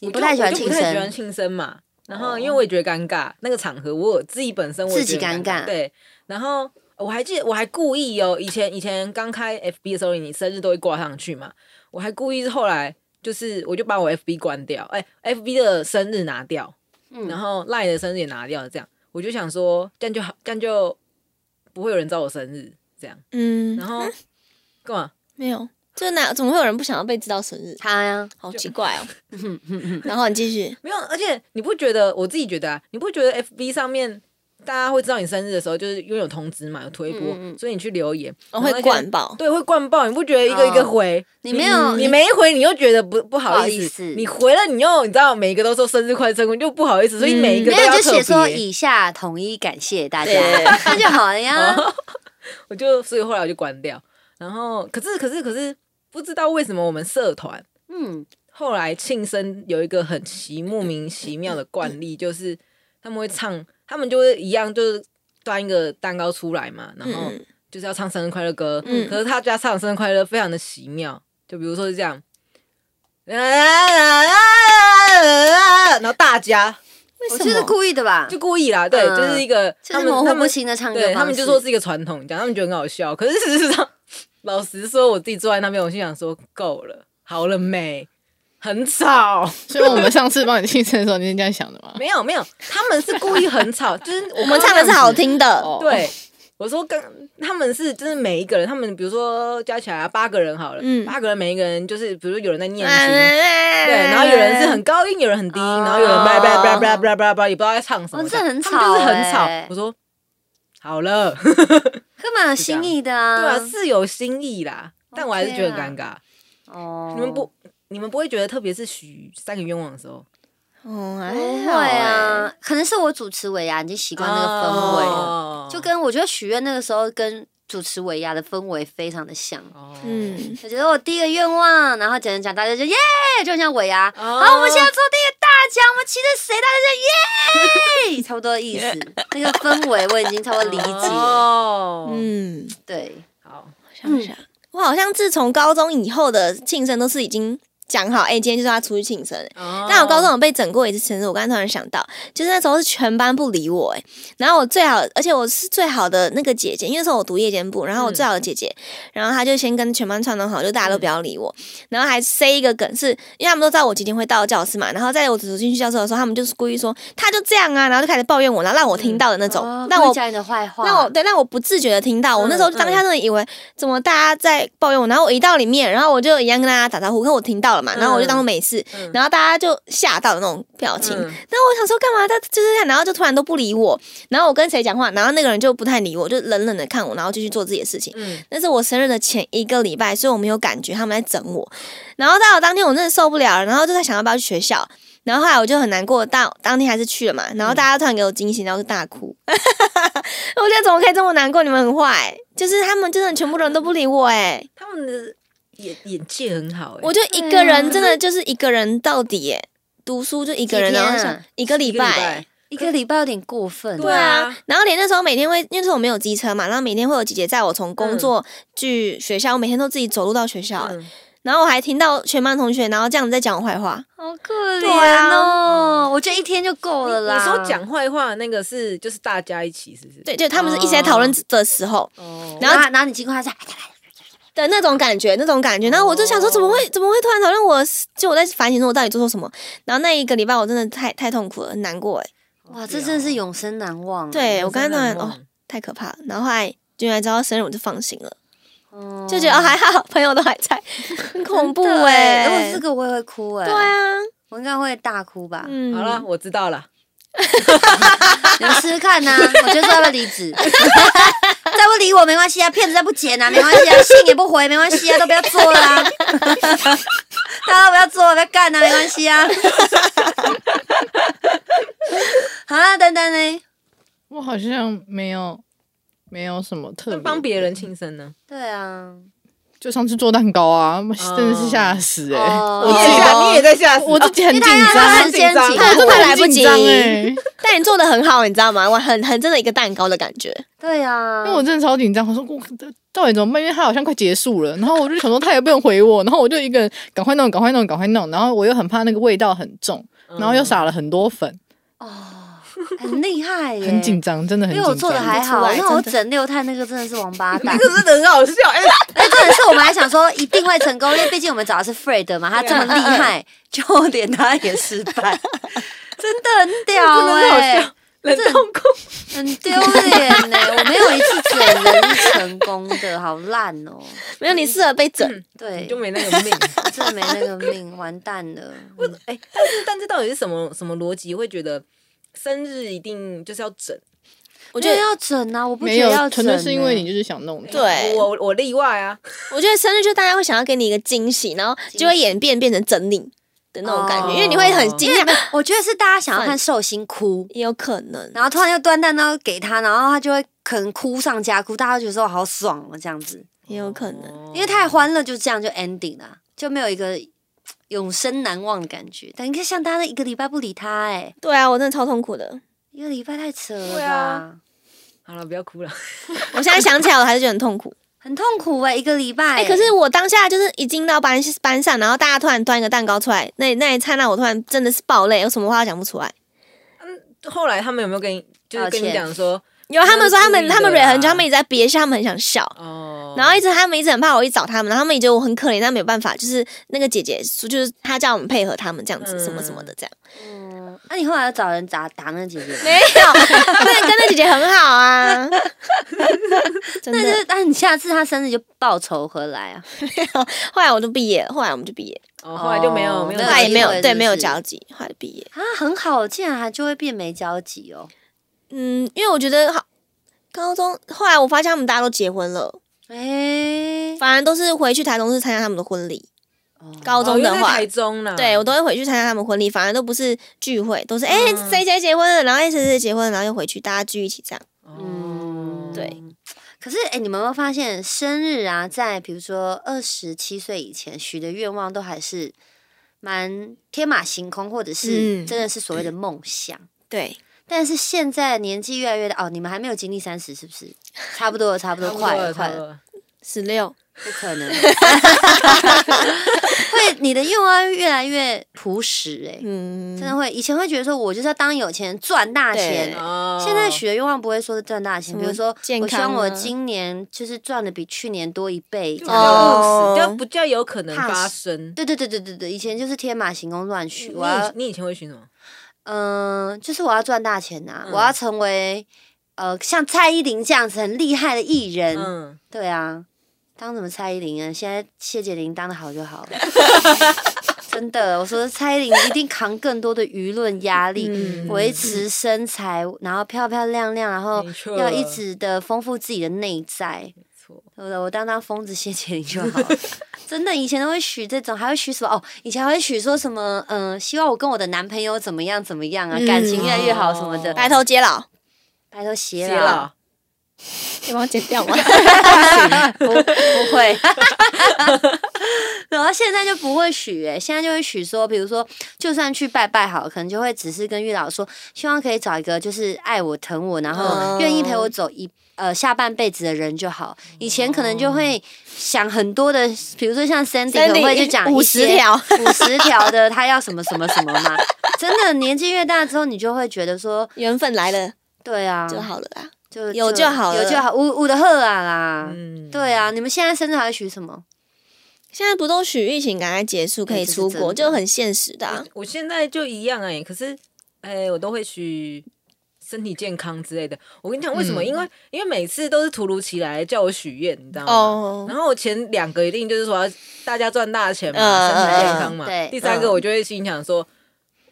[SPEAKER 1] 你不太喜欢
[SPEAKER 2] 我就
[SPEAKER 1] 庆
[SPEAKER 2] 不太喜欢
[SPEAKER 1] 生，哦
[SPEAKER 2] 庆生嘛。然后因为我也觉得尴尬，那个场合我自己本身我也觉得
[SPEAKER 1] 自己尴尬
[SPEAKER 2] 对。然后我还记得我还故意哦，以前以前刚开 FB 的时候，你生日都会挂上去嘛，我还故意后来。就是，我就把我 FB 关掉，哎、f b 的生日拿掉，然
[SPEAKER 1] 嗯，
[SPEAKER 2] 后赖的生日也拿掉，这样我就想说，这样就好，这样就不会有人知道我生日，这样。
[SPEAKER 4] 嗯，
[SPEAKER 2] 然后干嘛？
[SPEAKER 4] 没有，这哪怎么会有人不想要被知道生日？
[SPEAKER 1] 他呀，
[SPEAKER 4] 好奇 怪哦。然后你继续，
[SPEAKER 2] 没有，而且你不觉得？我自己觉得啊，你不觉得 FB 上面大家会知道你生日的时候，就是因为有通知嘛，有推播，
[SPEAKER 1] 嗯嗯嗯
[SPEAKER 2] 所以你去留言，
[SPEAKER 4] 我会
[SPEAKER 2] 然后那些
[SPEAKER 4] 灌爆。
[SPEAKER 2] 对，会灌爆。你不觉得一个一个回？
[SPEAKER 1] 嗯你没有
[SPEAKER 2] 你没回，你又觉得不不好意
[SPEAKER 1] 不
[SPEAKER 2] 思。
[SPEAKER 1] 好意思
[SPEAKER 2] 你回了，你又你知道每一个都说生日快乐，生日快乐就不好意思，所以每一个
[SPEAKER 1] 嗯没
[SPEAKER 2] 都要
[SPEAKER 1] 有就
[SPEAKER 2] 特别。
[SPEAKER 1] 写说以下统一感谢大家，
[SPEAKER 4] 对
[SPEAKER 1] 那就好了呀。
[SPEAKER 2] 我就所以后来我就关掉。然后可是可是可是不知道为什么我们社团
[SPEAKER 1] 嗯，
[SPEAKER 2] 后来庆生有一个很奇莫名其妙的惯例，就是他们会唱，他们就会一样，就是端一个蛋糕出来嘛，然后
[SPEAKER 4] 嗯
[SPEAKER 2] 就是要唱生日快乐歌。
[SPEAKER 4] 嗯
[SPEAKER 2] 可是他家唱生日快乐非常的奇妙，就比如说是这样，然后大家
[SPEAKER 1] 我
[SPEAKER 4] 为
[SPEAKER 1] 觉得
[SPEAKER 4] 什么？
[SPEAKER 1] 故意的吧，
[SPEAKER 2] 就故意啦，对，
[SPEAKER 1] 嗯
[SPEAKER 2] 就是一个
[SPEAKER 1] 就
[SPEAKER 2] 他
[SPEAKER 1] 是
[SPEAKER 2] 们
[SPEAKER 1] 模
[SPEAKER 2] 他
[SPEAKER 1] 糊不
[SPEAKER 2] 们
[SPEAKER 1] 清的唱歌
[SPEAKER 2] 对他们
[SPEAKER 1] 方
[SPEAKER 2] 就
[SPEAKER 1] 式
[SPEAKER 2] 说是一个传统，讲他们觉得很好笑，可是事实上，老实说，我自己坐在那边，我心想说够了，好了没？很吵，
[SPEAKER 3] 所以我们上次帮你庆生的时候，你是这样想的吗？
[SPEAKER 2] 没有没有，他们是故意很 吵，就是我
[SPEAKER 4] 我们唱的是好
[SPEAKER 2] 听。
[SPEAKER 4] 听的，
[SPEAKER 3] 哦，
[SPEAKER 2] 对，我说跟他们是，就是每一个人，他们比如说加起来啊八个人好了，
[SPEAKER 4] 嗯
[SPEAKER 2] 八个人每一个人就是，比如说有人在念
[SPEAKER 4] 哎
[SPEAKER 2] 经，对，
[SPEAKER 4] 对
[SPEAKER 2] 然后有人是很高音，有人很低音，
[SPEAKER 1] 哎哦
[SPEAKER 2] 然后有人叭叭叭叭叭叭叭，也不知道在唱什么
[SPEAKER 1] 哦
[SPEAKER 2] 的，
[SPEAKER 1] 这很
[SPEAKER 2] 他们就是很
[SPEAKER 1] 吵嗯
[SPEAKER 2] 吵
[SPEAKER 1] 欸。
[SPEAKER 2] 我说好了，
[SPEAKER 1] 干嘛有新意的啊？
[SPEAKER 2] 对啊，是有新意啦，但我还是觉得
[SPEAKER 1] OK 啦
[SPEAKER 2] 很尴尬。
[SPEAKER 1] 哦，
[SPEAKER 2] 啊你们不，你们不会觉得，特别是许三个愿望的时候，
[SPEAKER 4] 哦，还
[SPEAKER 1] 不
[SPEAKER 4] 好
[SPEAKER 1] 会
[SPEAKER 4] 欸，
[SPEAKER 1] 啊？可能是我主持尾牙已经习惯那个氛围了，
[SPEAKER 2] 哦
[SPEAKER 1] 就跟我觉得许愿那个时候跟主持尾牙的氛围非常的像。
[SPEAKER 2] 哦，
[SPEAKER 4] 嗯，
[SPEAKER 1] 我觉得我第一个愿望，然后讲讲讲，大家就耶，就很像尾牙。
[SPEAKER 2] 哦
[SPEAKER 1] 然后我们现在做第一个大奖，我们期待谁，大家就 耶，差不多的意思。那个氛围我已经差不多理解了。
[SPEAKER 2] 哦，嗯，
[SPEAKER 4] 嗯，
[SPEAKER 1] 对，
[SPEAKER 2] 好，
[SPEAKER 4] 我
[SPEAKER 1] 嗯
[SPEAKER 4] 想想，我好像自从高中以后的庆生都是已经讲好，哎，今天就是要出去庆生，欸但
[SPEAKER 2] 但
[SPEAKER 4] 我高
[SPEAKER 1] 哦
[SPEAKER 4] 中有被整过一次生日，我刚才突然想到，就是那时候是全班不理我哎、然后我最好，而且我是最好的那个姐姐，因为那时候我读夜间部，然
[SPEAKER 1] 嗯
[SPEAKER 4] 后我最好的姐姐，然后她就先跟全班串通好，就大家都不要理我，然后还塞一个梗是，因为他们都知道我几点会到教室嘛，然后在我走进去教室的时候，他们就是故意说他就这样啊，然后就开始抱怨我，然后让我听到的那种，
[SPEAKER 1] 哦
[SPEAKER 4] 让
[SPEAKER 1] 故意
[SPEAKER 4] 我
[SPEAKER 1] 讲你的坏话，
[SPEAKER 4] 让我对，让我不自觉的听到，我那时候
[SPEAKER 2] 嗯
[SPEAKER 4] 当下真的以为怎么大家在抱怨我，然后我一到里面，然后我就一样跟大家打招呼，可我听到了嘛，然后我就当做没事，
[SPEAKER 2] 嗯嗯
[SPEAKER 4] 然后大家就吓到的那种表情。
[SPEAKER 2] 嗯
[SPEAKER 4] 那我想说干嘛？他就是这样，然后就突然都不理我，然后我跟谁讲话，然后那个人就不太理我，就冷冷的看我，然后继续做自己的事情。
[SPEAKER 2] 嗯，
[SPEAKER 4] 那是我生日的前一个礼拜，所以我没有感觉他们在整我。然后到了当天，我真的受不了了，然后就在想要不要去学校。然后后来我就很难过，到当天还是去了嘛。然后大家突然给我惊喜，然后就大哭。我觉得怎么可以这么难过？你们很坏，就是他们真的全部人都不理我哎、
[SPEAKER 2] 他们的眼眼界很好欸，
[SPEAKER 4] 我就一个人，真的就是一个人到底哎、读书就一个人，
[SPEAKER 1] 几天
[SPEAKER 4] 然
[SPEAKER 1] 啊
[SPEAKER 4] 后想一个礼
[SPEAKER 2] 一个
[SPEAKER 4] 拜
[SPEAKER 2] 礼
[SPEAKER 4] 欸、
[SPEAKER 2] 拜，
[SPEAKER 1] 一个礼拜有点过分。
[SPEAKER 2] 对啊，
[SPEAKER 4] 然后连那时候每天会，因为那时候我没有
[SPEAKER 1] 嗯
[SPEAKER 4] 机车嘛，然后每天会有姐姐载我从工作去学校，我每天都自己走路到学校欸、
[SPEAKER 2] 嗯
[SPEAKER 4] 然后我还听到全班同学，然后这样子在讲我坏话。
[SPEAKER 1] 好可
[SPEAKER 4] 对啊
[SPEAKER 1] 怜哦！我觉得一天就够了啦。
[SPEAKER 2] 你说讲坏话的那个是就是大家一起是不是？
[SPEAKER 4] 对，就他们是一起在讨论的时候，
[SPEAKER 2] 哦，
[SPEAKER 4] 然后
[SPEAKER 1] 然后然后你经过他说，哎
[SPEAKER 4] 的那种感觉，那种感觉。然后我就想说，怎么会怎么会突然讨论我的事？就我在反省说我到底做错什么。然后那一个礼拜我真的太太痛苦了，很难过哎。
[SPEAKER 1] 哇，这真的是永生难忘。
[SPEAKER 4] 对我刚刚突
[SPEAKER 2] 嗯
[SPEAKER 4] 然
[SPEAKER 2] 真的很
[SPEAKER 4] 哦
[SPEAKER 2] 猛，
[SPEAKER 4] 太可怕了。然后后来原来知道生日我就放心了，
[SPEAKER 1] 嗯，
[SPEAKER 4] 就觉得哦还好朋友都还在，很恐怖
[SPEAKER 1] 欸
[SPEAKER 4] 哎、
[SPEAKER 1] 如果这个我也会哭哎。
[SPEAKER 4] 对，啊，
[SPEAKER 1] 我应该会大哭吧？
[SPEAKER 4] 嗯，
[SPEAKER 2] 好了，，我知道了。
[SPEAKER 1] 你们试试看 呐、我觉得说要不要离职？再不理我没关系啊，骗子再不剪啊没关系啊，信也不回没关系啊，都不要做啦、 啊。大家都不要做，不要干啊，没关系 啊。好啦，丹丹呢？
[SPEAKER 3] 我好像没有没有什么特
[SPEAKER 2] 那
[SPEAKER 3] 别，
[SPEAKER 2] 帮别人庆生呢？
[SPEAKER 1] 对啊，
[SPEAKER 3] 就上次做蛋糕啊，真的是吓死哎、
[SPEAKER 1] 哦
[SPEAKER 3] 我自
[SPEAKER 1] 你
[SPEAKER 3] 己
[SPEAKER 1] 也
[SPEAKER 3] 都
[SPEAKER 2] 你也在吓死，
[SPEAKER 3] 我 自己很
[SPEAKER 1] 因为
[SPEAKER 3] 紧
[SPEAKER 1] 他要
[SPEAKER 3] 张，
[SPEAKER 1] 他
[SPEAKER 2] 很
[SPEAKER 1] 时间紧欸
[SPEAKER 2] 紧张
[SPEAKER 4] 我真的来不及
[SPEAKER 3] 紧张哎，
[SPEAKER 4] 但你做的很好，你知道吗？我很很真的一个蛋糕的感觉，
[SPEAKER 1] 对啊
[SPEAKER 3] 因为，我真的超紧张，我说我到底怎么办？因为他好像快结束了，然后我就想说他也不能回我，然后我就一个人赶快弄，赶快弄，赶快弄，然后我又很怕那个味道很重，然后又撒了很多粉，
[SPEAKER 1] 很厉 害耶，
[SPEAKER 3] 很紧张，真的很
[SPEAKER 1] 因
[SPEAKER 3] 紧
[SPEAKER 1] 为
[SPEAKER 3] 张。
[SPEAKER 1] 我做的还好，
[SPEAKER 4] 看不出来
[SPEAKER 1] 因为我
[SPEAKER 4] 真的
[SPEAKER 1] 整六探那个真的是王八蛋
[SPEAKER 2] 那。个真的很好笑，哎，
[SPEAKER 1] 哎，重点是我们还想说一定会成功，因为毕竟我们找的是 Fred 嘛，他这么厉害，就连他也失 败，真的很屌哎、
[SPEAKER 4] 欸
[SPEAKER 2] 冷冻库
[SPEAKER 1] 很丢脸呢。我没有一次整人是成功的，好烂哦、
[SPEAKER 4] 没有你适合被整，
[SPEAKER 1] 对，
[SPEAKER 2] 就没那个命。
[SPEAKER 1] 真的没那个命，完蛋 了。
[SPEAKER 2] 哎，但是但这到底是什么什么逻辑？会觉得生日一定就是要整？
[SPEAKER 1] 我
[SPEAKER 4] 觉得
[SPEAKER 1] 要整啊，我不
[SPEAKER 3] 没
[SPEAKER 1] 觉得要
[SPEAKER 3] 有，
[SPEAKER 1] 整、
[SPEAKER 3] 纯
[SPEAKER 1] 欸，
[SPEAKER 3] 粹是因为你就是想弄它。
[SPEAKER 4] 对
[SPEAKER 2] 我我例外啊，
[SPEAKER 4] 我觉得生日就大家会想要给你一个惊喜，然后就会演变变成整你的那种感觉，因为你会很惊讶，
[SPEAKER 1] 我觉得是大家想要看寿星哭，
[SPEAKER 4] 也有可能。
[SPEAKER 1] 然后突然又端蛋糕给他，然后他就会可能哭上加哭，大家就觉得说好爽哦、这样子。
[SPEAKER 4] 也有可能。
[SPEAKER 2] 哦
[SPEAKER 1] 因为太欢乐，就这样就 ending 啦，就没有一个嘖永生难忘的感觉。但你看，像大家一个礼拜不理他、哎，
[SPEAKER 4] 对啊，我真的超痛苦的。
[SPEAKER 1] 一个礼拜太扯了
[SPEAKER 2] 对
[SPEAKER 1] 吧，
[SPEAKER 2] 啊好了，不要哭了。
[SPEAKER 4] 我现在想起来，我还是觉得很痛苦。
[SPEAKER 1] 很痛苦哎、一个礼拜、
[SPEAKER 4] 哎、可是我当下就是一进到班班上，然后大家突然端一个蛋糕出来，那那一刹那，我突然真的是爆泪，有什么话都讲不出来。
[SPEAKER 2] 后来他们有没有跟你就是跟你
[SPEAKER 1] 道歉
[SPEAKER 2] 讲说
[SPEAKER 4] 有他们说他
[SPEAKER 2] 真
[SPEAKER 4] 们
[SPEAKER 2] 的
[SPEAKER 4] 他们
[SPEAKER 2] 啦
[SPEAKER 4] 忍很久，他们一直在憋笑，他们很想笑。
[SPEAKER 2] 哦，
[SPEAKER 4] 然后一直他们一直很怕我一找他们，然后他们也觉得我很可怜，但没有办法，就是那个姐姐说，就是她叫我们配合他们这样子，
[SPEAKER 2] 嗯
[SPEAKER 4] 什么什么的这样。
[SPEAKER 1] 嗯，那、你后来有找人打打那个姐姐吗？
[SPEAKER 4] 没 有，对，跟那姐姐很好 啊，真
[SPEAKER 1] 那
[SPEAKER 4] 的。
[SPEAKER 1] 就那你下次他生日就报仇回来啊！
[SPEAKER 4] 后来我就毕业了，后来我们就毕业，
[SPEAKER 2] 哦后来就没有
[SPEAKER 1] 哦
[SPEAKER 2] 没有
[SPEAKER 4] 后来也没
[SPEAKER 1] 机会
[SPEAKER 4] 有
[SPEAKER 1] 是
[SPEAKER 4] 对
[SPEAKER 1] 不
[SPEAKER 4] 没有
[SPEAKER 1] 是
[SPEAKER 4] 交集，后来就毕业。
[SPEAKER 1] 啊，很好，竟然还就会变没交集哦。
[SPEAKER 4] 嗯，因为我觉得好，高中后来我发现他们大家都结婚了，
[SPEAKER 1] 哎、
[SPEAKER 4] 反而都是回去台中市参加他们的婚礼。高
[SPEAKER 2] 哦
[SPEAKER 4] 中
[SPEAKER 2] 因为
[SPEAKER 4] 的
[SPEAKER 2] 在
[SPEAKER 4] 话，
[SPEAKER 2] 台中啦，哦
[SPEAKER 4] 对我都会回去参加他们婚礼，反而都不是聚会，都是哎谁谁结婚了，然后哎谁谁结婚了，然后又回去大家聚一起这样。
[SPEAKER 2] 嗯，
[SPEAKER 4] 对
[SPEAKER 1] 可是，哎、你们有没有发现，生日啊，在比如说二十七岁以前许的愿望，都还是蛮天马行空，或者是
[SPEAKER 4] 嗯
[SPEAKER 1] 真的是所谓的梦想。
[SPEAKER 4] 对，
[SPEAKER 1] 但是现在年纪越来越大，哦，你们还没有经历三十，是不是？差不多了，差不多，
[SPEAKER 2] 差不多
[SPEAKER 1] 快了，
[SPEAKER 2] 差
[SPEAKER 1] 快
[SPEAKER 2] 不多
[SPEAKER 1] 了，
[SPEAKER 2] 了。
[SPEAKER 4] 十六，
[SPEAKER 1] 不可能。 会，你的愿望越来越朴实、哎、
[SPEAKER 4] 嗯，
[SPEAKER 1] 真的会。以前会觉得说，我就是要当有钱人，赚大钱
[SPEAKER 4] 对。
[SPEAKER 2] 哦
[SPEAKER 1] 现在许的愿望不会说是赚大钱，
[SPEAKER 4] 什
[SPEAKER 1] 比如
[SPEAKER 4] 么
[SPEAKER 1] 说
[SPEAKER 4] 嗯健
[SPEAKER 1] 我希望
[SPEAKER 4] 康
[SPEAKER 1] 我
[SPEAKER 4] 啊
[SPEAKER 1] 今年就是赚的比去年多一倍这样。
[SPEAKER 2] 哦，
[SPEAKER 4] 哦
[SPEAKER 2] 比较比较有可能
[SPEAKER 1] 踏实
[SPEAKER 2] 发生。
[SPEAKER 1] 对对对对对对，以前就是天马行空乱许，
[SPEAKER 2] 你
[SPEAKER 1] 我要
[SPEAKER 2] 以你以前会许什么？
[SPEAKER 1] 嗯、就是我要赚大钱呐、
[SPEAKER 2] 嗯
[SPEAKER 1] 我要成为呃像蔡依林这样子很厉害的艺人，
[SPEAKER 2] 嗯，
[SPEAKER 1] 对啊，当什么蔡依林啊？现在谢姐玲当的好就 好了。真的，我说蔡依林一定扛更多的舆论压力，
[SPEAKER 2] 嗯
[SPEAKER 1] 维持身材，然后漂漂亮亮，然后
[SPEAKER 2] 没错
[SPEAKER 1] 哦要一直的丰富自己的内在。
[SPEAKER 2] 错，
[SPEAKER 1] 对不对？我当当疯子谢谢你就好了。 真的，以前都会许这种，还会许什么？哦，以前还会许说什么？嗯、希望我跟我的男朋友怎么样怎么样啊，
[SPEAKER 4] 嗯
[SPEAKER 1] 感情越来越好什么的。
[SPEAKER 2] 哦
[SPEAKER 4] 白头偕老，
[SPEAKER 1] 白头偕
[SPEAKER 2] 接
[SPEAKER 1] 老，
[SPEAKER 2] 了，
[SPEAKER 4] 可以帮我剪掉吗？
[SPEAKER 1] 不不会。然后后现在就不会许哎、现在就会许说，比如说，就算去拜拜好，可能就会只是跟月老说，希望可以找一个就是爱我、疼我，然后
[SPEAKER 4] 嗯
[SPEAKER 1] 愿意陪我走一。呃，下半辈子的人就好。以前可能就会想很多的，比如说像 Sandy，可能会就讲
[SPEAKER 4] 五
[SPEAKER 1] 一
[SPEAKER 4] 十
[SPEAKER 1] 些
[SPEAKER 4] 条，
[SPEAKER 1] 五十条的，他要什么什么什么嘛。真的，年纪越大之后，你就会觉得说，
[SPEAKER 4] 缘分来了
[SPEAKER 1] 对啊，
[SPEAKER 4] 就好了啦。
[SPEAKER 1] 就
[SPEAKER 4] 有就好了
[SPEAKER 1] 有就好，五五的贺啊啦。
[SPEAKER 2] 嗯，
[SPEAKER 1] 对啊，你们现在生日还会许什么？
[SPEAKER 4] 现在不都许疫情赶快结束，可以
[SPEAKER 1] 这
[SPEAKER 4] 出
[SPEAKER 1] 是真
[SPEAKER 4] 国，
[SPEAKER 1] 的
[SPEAKER 4] 就很现实的啊。
[SPEAKER 2] 我现在就一样哎、可是哎、我都会许身体健康之类的。我跟你讲为什么？
[SPEAKER 3] 嗯
[SPEAKER 2] 因为因为每次都是突如其来叫我许愿，你知道吗？
[SPEAKER 4] 哦
[SPEAKER 2] 然后我前两个一定就是说要大家赚大钱嘛，
[SPEAKER 4] 嗯
[SPEAKER 2] 身体健康嘛。
[SPEAKER 1] 嗯对
[SPEAKER 2] 第三个我就会心想说。